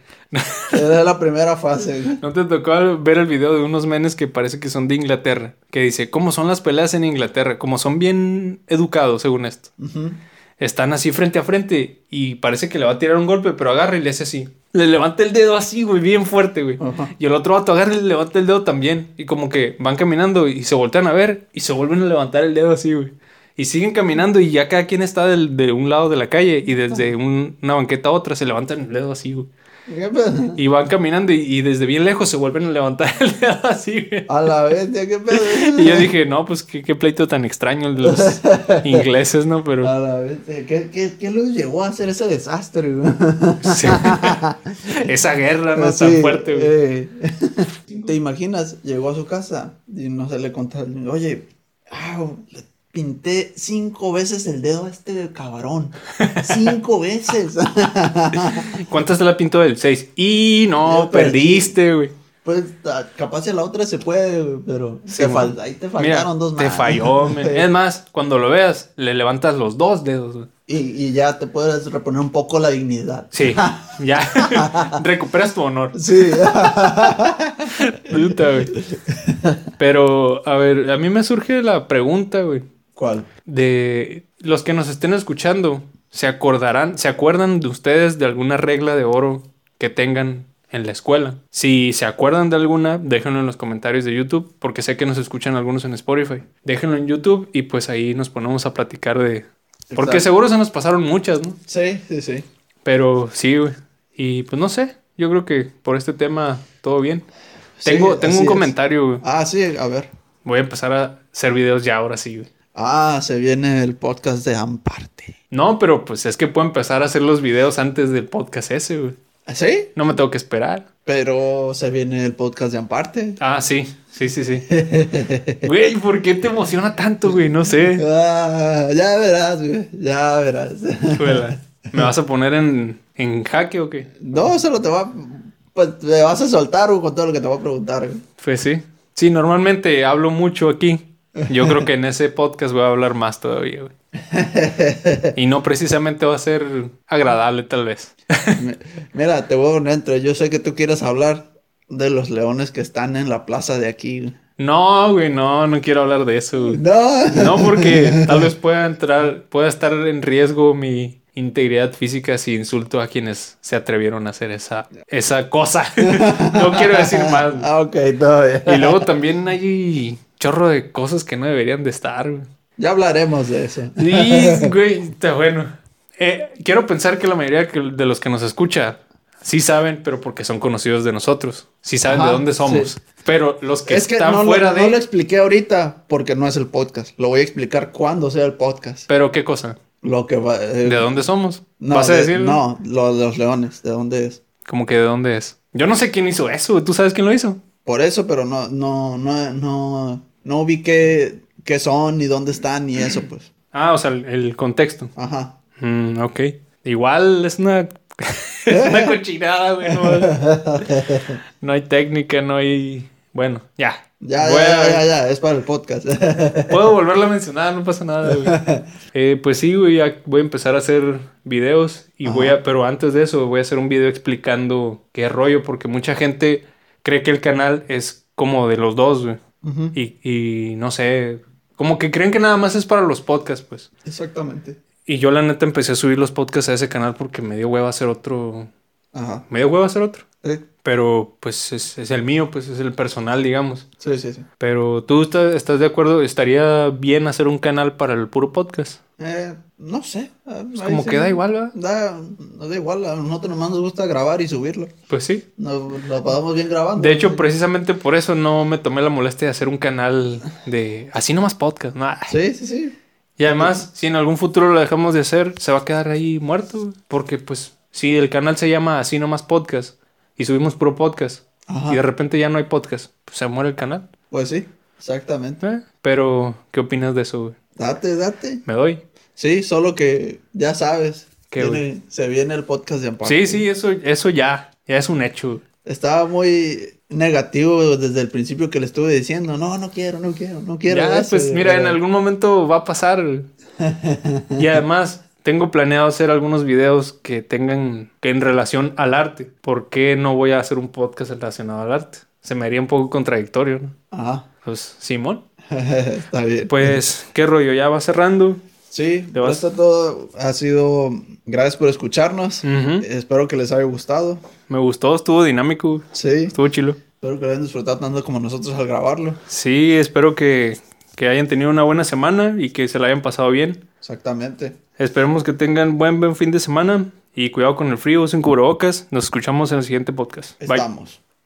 [SPEAKER 1] Era la primera fase. güey.
[SPEAKER 2] ¿No te tocó ver el video de unos menes que parece que son de Inglaterra? Que dice, ¿cómo son las peleas en Inglaterra? Como son bien educados, según esto.
[SPEAKER 1] Ujú.
[SPEAKER 2] Están así frente a frente y parece que le va a tirar un golpe, pero agarra y le hace así. Le levanta el dedo así, güey, bien fuerte, güey.
[SPEAKER 1] Ajá.
[SPEAKER 2] Y el otro vato agarra y le levanta el dedo también. Y como que van caminando y se voltean a ver y se vuelven a levantar el dedo así, güey. Y siguen caminando y ya cada quien está del- de un lado de la calle y desde un- una banqueta a otra se levantan el dedo así, güey.
[SPEAKER 1] ¿Qué pedo?
[SPEAKER 2] Y van caminando y, y desde bien lejos se vuelven a levantar el dedo así, güey.
[SPEAKER 1] A la bestia, qué pedo.
[SPEAKER 2] Y yo dije, no, pues qué, qué pleito tan extraño el de los ingleses, ¿no? Pero
[SPEAKER 1] A la bestia, ¿qué, qué, qué los llevó a hacer ese desastre? güey?
[SPEAKER 2] sí. esa guerra no es
[SPEAKER 1] Sí,
[SPEAKER 2] tan fuerte, güey.
[SPEAKER 1] eh. ¿Te imaginas? Llegó a su casa y no se le contó. Oye, au, le pinté cinco veces el dedo a este cabrón. Cinco veces.
[SPEAKER 2] ¿Cuántas te la pintó él? Seis. Y no,
[SPEAKER 1] Yo perdí.
[SPEAKER 2] perdiste, güey.
[SPEAKER 1] pues ta- capaz si la otra se puede, güey, pero
[SPEAKER 2] Sí,
[SPEAKER 1] te
[SPEAKER 2] güey.
[SPEAKER 1] fal- ahí te
[SPEAKER 2] Mira,
[SPEAKER 1] faltaron dos más.
[SPEAKER 2] Te falló, men.
[SPEAKER 1] Sí.
[SPEAKER 2] Es más, cuando lo veas, le levantas los dos dedos, güey.
[SPEAKER 1] y, y ya te puedes reponer un poco la dignidad.
[SPEAKER 2] Sí, ya. Recuperas tu honor.
[SPEAKER 1] Sí.
[SPEAKER 2] Puta, güey. Pero, a ver, a mí me surge la pregunta, güey.
[SPEAKER 1] ¿Cuál?
[SPEAKER 2] de los que nos estén escuchando, se acordarán, se acuerdan de ustedes de alguna regla de oro que tengan en la escuela. Si se acuerdan de alguna, déjenlo en los comentarios de YouTube, porque sé que nos escuchan algunos en Spotify. Déjenlo en YouTube y pues ahí nos ponemos a platicar de. Porque
[SPEAKER 1] Exacto.
[SPEAKER 2] seguro se nos pasaron muchas, ¿no?
[SPEAKER 1] Sí, sí, sí.
[SPEAKER 2] Pero sí, güey. Y pues no sé, yo creo que por este tema todo bien.
[SPEAKER 1] Sí,
[SPEAKER 2] Tengo, tengo
[SPEAKER 1] así
[SPEAKER 2] un
[SPEAKER 1] es.
[SPEAKER 2] comentario, güey.
[SPEAKER 1] Ah, sí, a ver.
[SPEAKER 2] Voy a empezar a hacer videos ya ahora sí, güey.
[SPEAKER 1] Ah, se viene el podcast de Amparte.
[SPEAKER 2] No, pero pues es que puedo empezar a hacer los videos antes del podcast ese, güey.
[SPEAKER 1] ¿Ah, ¿Sí?
[SPEAKER 2] No me tengo que esperar.
[SPEAKER 1] Pero se viene el podcast de Amparte.
[SPEAKER 2] Ah, sí, sí, sí, sí. Güey, ¿por qué te emociona tanto, güey? No sé.
[SPEAKER 1] Ah, ya verás, güey. Ya verás.
[SPEAKER 2] Híjole, ¿Me vas a poner en, en jaque o qué?
[SPEAKER 1] No, solo te va. Pues te vas a soltar güey, con todo lo que te va a preguntar. güey.
[SPEAKER 2] Pues sí. Sí, normalmente hablo mucho aquí. Yo creo que en ese podcast voy a hablar más todavía, güey. Y no precisamente va a ser agradable, tal vez.
[SPEAKER 1] Mi- Mira, te voy a poner entre. Yo sé que tú quieres hablar de los leones que están en la plaza de aquí. güey.
[SPEAKER 2] No, güey, no, no quiero hablar de eso. güey.
[SPEAKER 1] No.
[SPEAKER 2] No, porque tal vez pueda entrar, pueda estar en riesgo mi integridad física si insulto a quienes se atrevieron a hacer esa, esa cosa. no quiero decir más. güey.
[SPEAKER 1] Ah, ok, todavía.
[SPEAKER 2] Y luego también hay chorro de cosas que no deberían de estar, güey.
[SPEAKER 1] Ya hablaremos de eso.
[SPEAKER 2] Sí, güey, está bueno. Eh, quiero pensar que la mayoría que- de los que nos escucha sí saben, pero porque son conocidos de nosotros. Sí saben
[SPEAKER 1] Ajá,
[SPEAKER 2] de dónde somos.
[SPEAKER 1] sí.
[SPEAKER 2] Pero los que
[SPEAKER 1] es que
[SPEAKER 2] están
[SPEAKER 1] no, lo-
[SPEAKER 2] fuera
[SPEAKER 1] no
[SPEAKER 2] de...
[SPEAKER 1] lo expliqué ahorita porque no es el podcast. Lo voy a explicar cuando sea el podcast.
[SPEAKER 2] Pero qué cosa.
[SPEAKER 1] Lo que va. eh,
[SPEAKER 2] ¿De dónde somos?
[SPEAKER 1] no,
[SPEAKER 2] ¿Vas a
[SPEAKER 1] de-
[SPEAKER 2] decir?
[SPEAKER 1] No, lo de los leones. ¿De dónde es?
[SPEAKER 2] Como que de dónde es. Yo no sé quién hizo eso. ¿Tú sabes quién lo hizo?
[SPEAKER 1] Por eso, pero no, no, no, no, no ubiqué qué son, ni dónde están, ni eso, pues.
[SPEAKER 2] Ah, o sea, el, el contexto.
[SPEAKER 1] Ajá.
[SPEAKER 2] Mm, ok. Igual es una... es una cochinada, güey. No, no hay técnica, no hay... Bueno, ya.
[SPEAKER 1] Ya,
[SPEAKER 2] Voy a-
[SPEAKER 1] ya, ya, ya, es para el podcast.
[SPEAKER 2] Puedo volverla a mencionar, no pasa nada, güey. Eh, pues sí, güey, ya voy a empezar a hacer videos y voy a, pero antes de eso voy a hacer un video explicando qué rollo, porque mucha gente cree que el canal es como de los dos, güey.
[SPEAKER 1] Ujú,
[SPEAKER 2] Y, y no sé, como que creen que nada más es para los podcasts, pues.
[SPEAKER 1] Exactamente.
[SPEAKER 2] Y yo la neta empecé a subir los podcasts a ese canal porque me dio hueva hacer otro,
[SPEAKER 1] Ajá.
[SPEAKER 2] me dio hueva hacer otro.
[SPEAKER 1] Eh,
[SPEAKER 2] Pero pues es, es el mío, pues es el personal, digamos.
[SPEAKER 1] Sí, sí, sí.
[SPEAKER 2] Pero tú está- estás de acuerdo, estaría bien hacer un canal para el puro podcast.
[SPEAKER 1] Eh, no sé. ah,
[SPEAKER 2] Es
[SPEAKER 1] ahí
[SPEAKER 2] Pues como
[SPEAKER 1] sí.
[SPEAKER 2] que da igual, ¿verdad?
[SPEAKER 1] Da, no da igual, a nosotros nomás nos gusta grabar y subirlo.
[SPEAKER 2] Pues sí.
[SPEAKER 1] Nos lo pasamos bien grabando.
[SPEAKER 2] De hecho, precisamente por eso no me tomé la molestia de hacer un canal de así nomás podcast. ¿no?
[SPEAKER 1] Sí, sí, sí.
[SPEAKER 2] Y además, si en algún futuro lo dejamos de hacer, se va a quedar ahí muerto. Porque pues si el canal se llama así nomás podcast y subimos puro podcast
[SPEAKER 1] Ajá.
[SPEAKER 2] y de repente ya no hay podcast, pues se muere el canal.
[SPEAKER 1] Pues sí, exactamente.
[SPEAKER 2] ¿eh? Pero, ¿qué opinas de eso? güey?
[SPEAKER 1] Date, date.
[SPEAKER 2] ¿Me doy?
[SPEAKER 1] Sí, solo que ya sabes.
[SPEAKER 2] ¿Qué,
[SPEAKER 1] tiene- se viene el podcast de Amparo.
[SPEAKER 2] Sí, sí, eso, eso ya, ya es un hecho.
[SPEAKER 1] Estaba muy negativo desde el principio que le estuve diciendo, no, no quiero, no quiero, no quiero.
[SPEAKER 2] Ya,
[SPEAKER 1] eso",
[SPEAKER 2] pues mira, en
[SPEAKER 1] pero-
[SPEAKER 2] algún momento va a pasar. Y además, tengo planeado hacer algunos videos que tengan que en relación al arte. ¿Por qué no voy a hacer un podcast relacionado al arte? Se me haría un poco contradictorio, ¿no?
[SPEAKER 1] Ajá,
[SPEAKER 2] Pues, Simón.
[SPEAKER 1] está bien.
[SPEAKER 2] Pues, qué rollo, ya va cerrando.
[SPEAKER 1] sí, pues,
[SPEAKER 2] ¿le vas?
[SPEAKER 1] esto todo ha sido, gracias por escucharnos.
[SPEAKER 2] Ujú.
[SPEAKER 1] Espero que les haya gustado.
[SPEAKER 2] Me gustó, estuvo dinámico,
[SPEAKER 1] Sí,
[SPEAKER 2] estuvo chilo.
[SPEAKER 1] espero que lo hayan disfrutado tanto como nosotros al grabarlo.
[SPEAKER 2] Sí, espero que, que hayan tenido una buena semana y que se la hayan pasado bien.
[SPEAKER 1] Exactamente.
[SPEAKER 2] Esperemos que tengan buen, buen fin de semana y cuidado con el frío, sin cubrebocas. Nos escuchamos en el siguente podcast. Bye.
[SPEAKER 1] Estamos.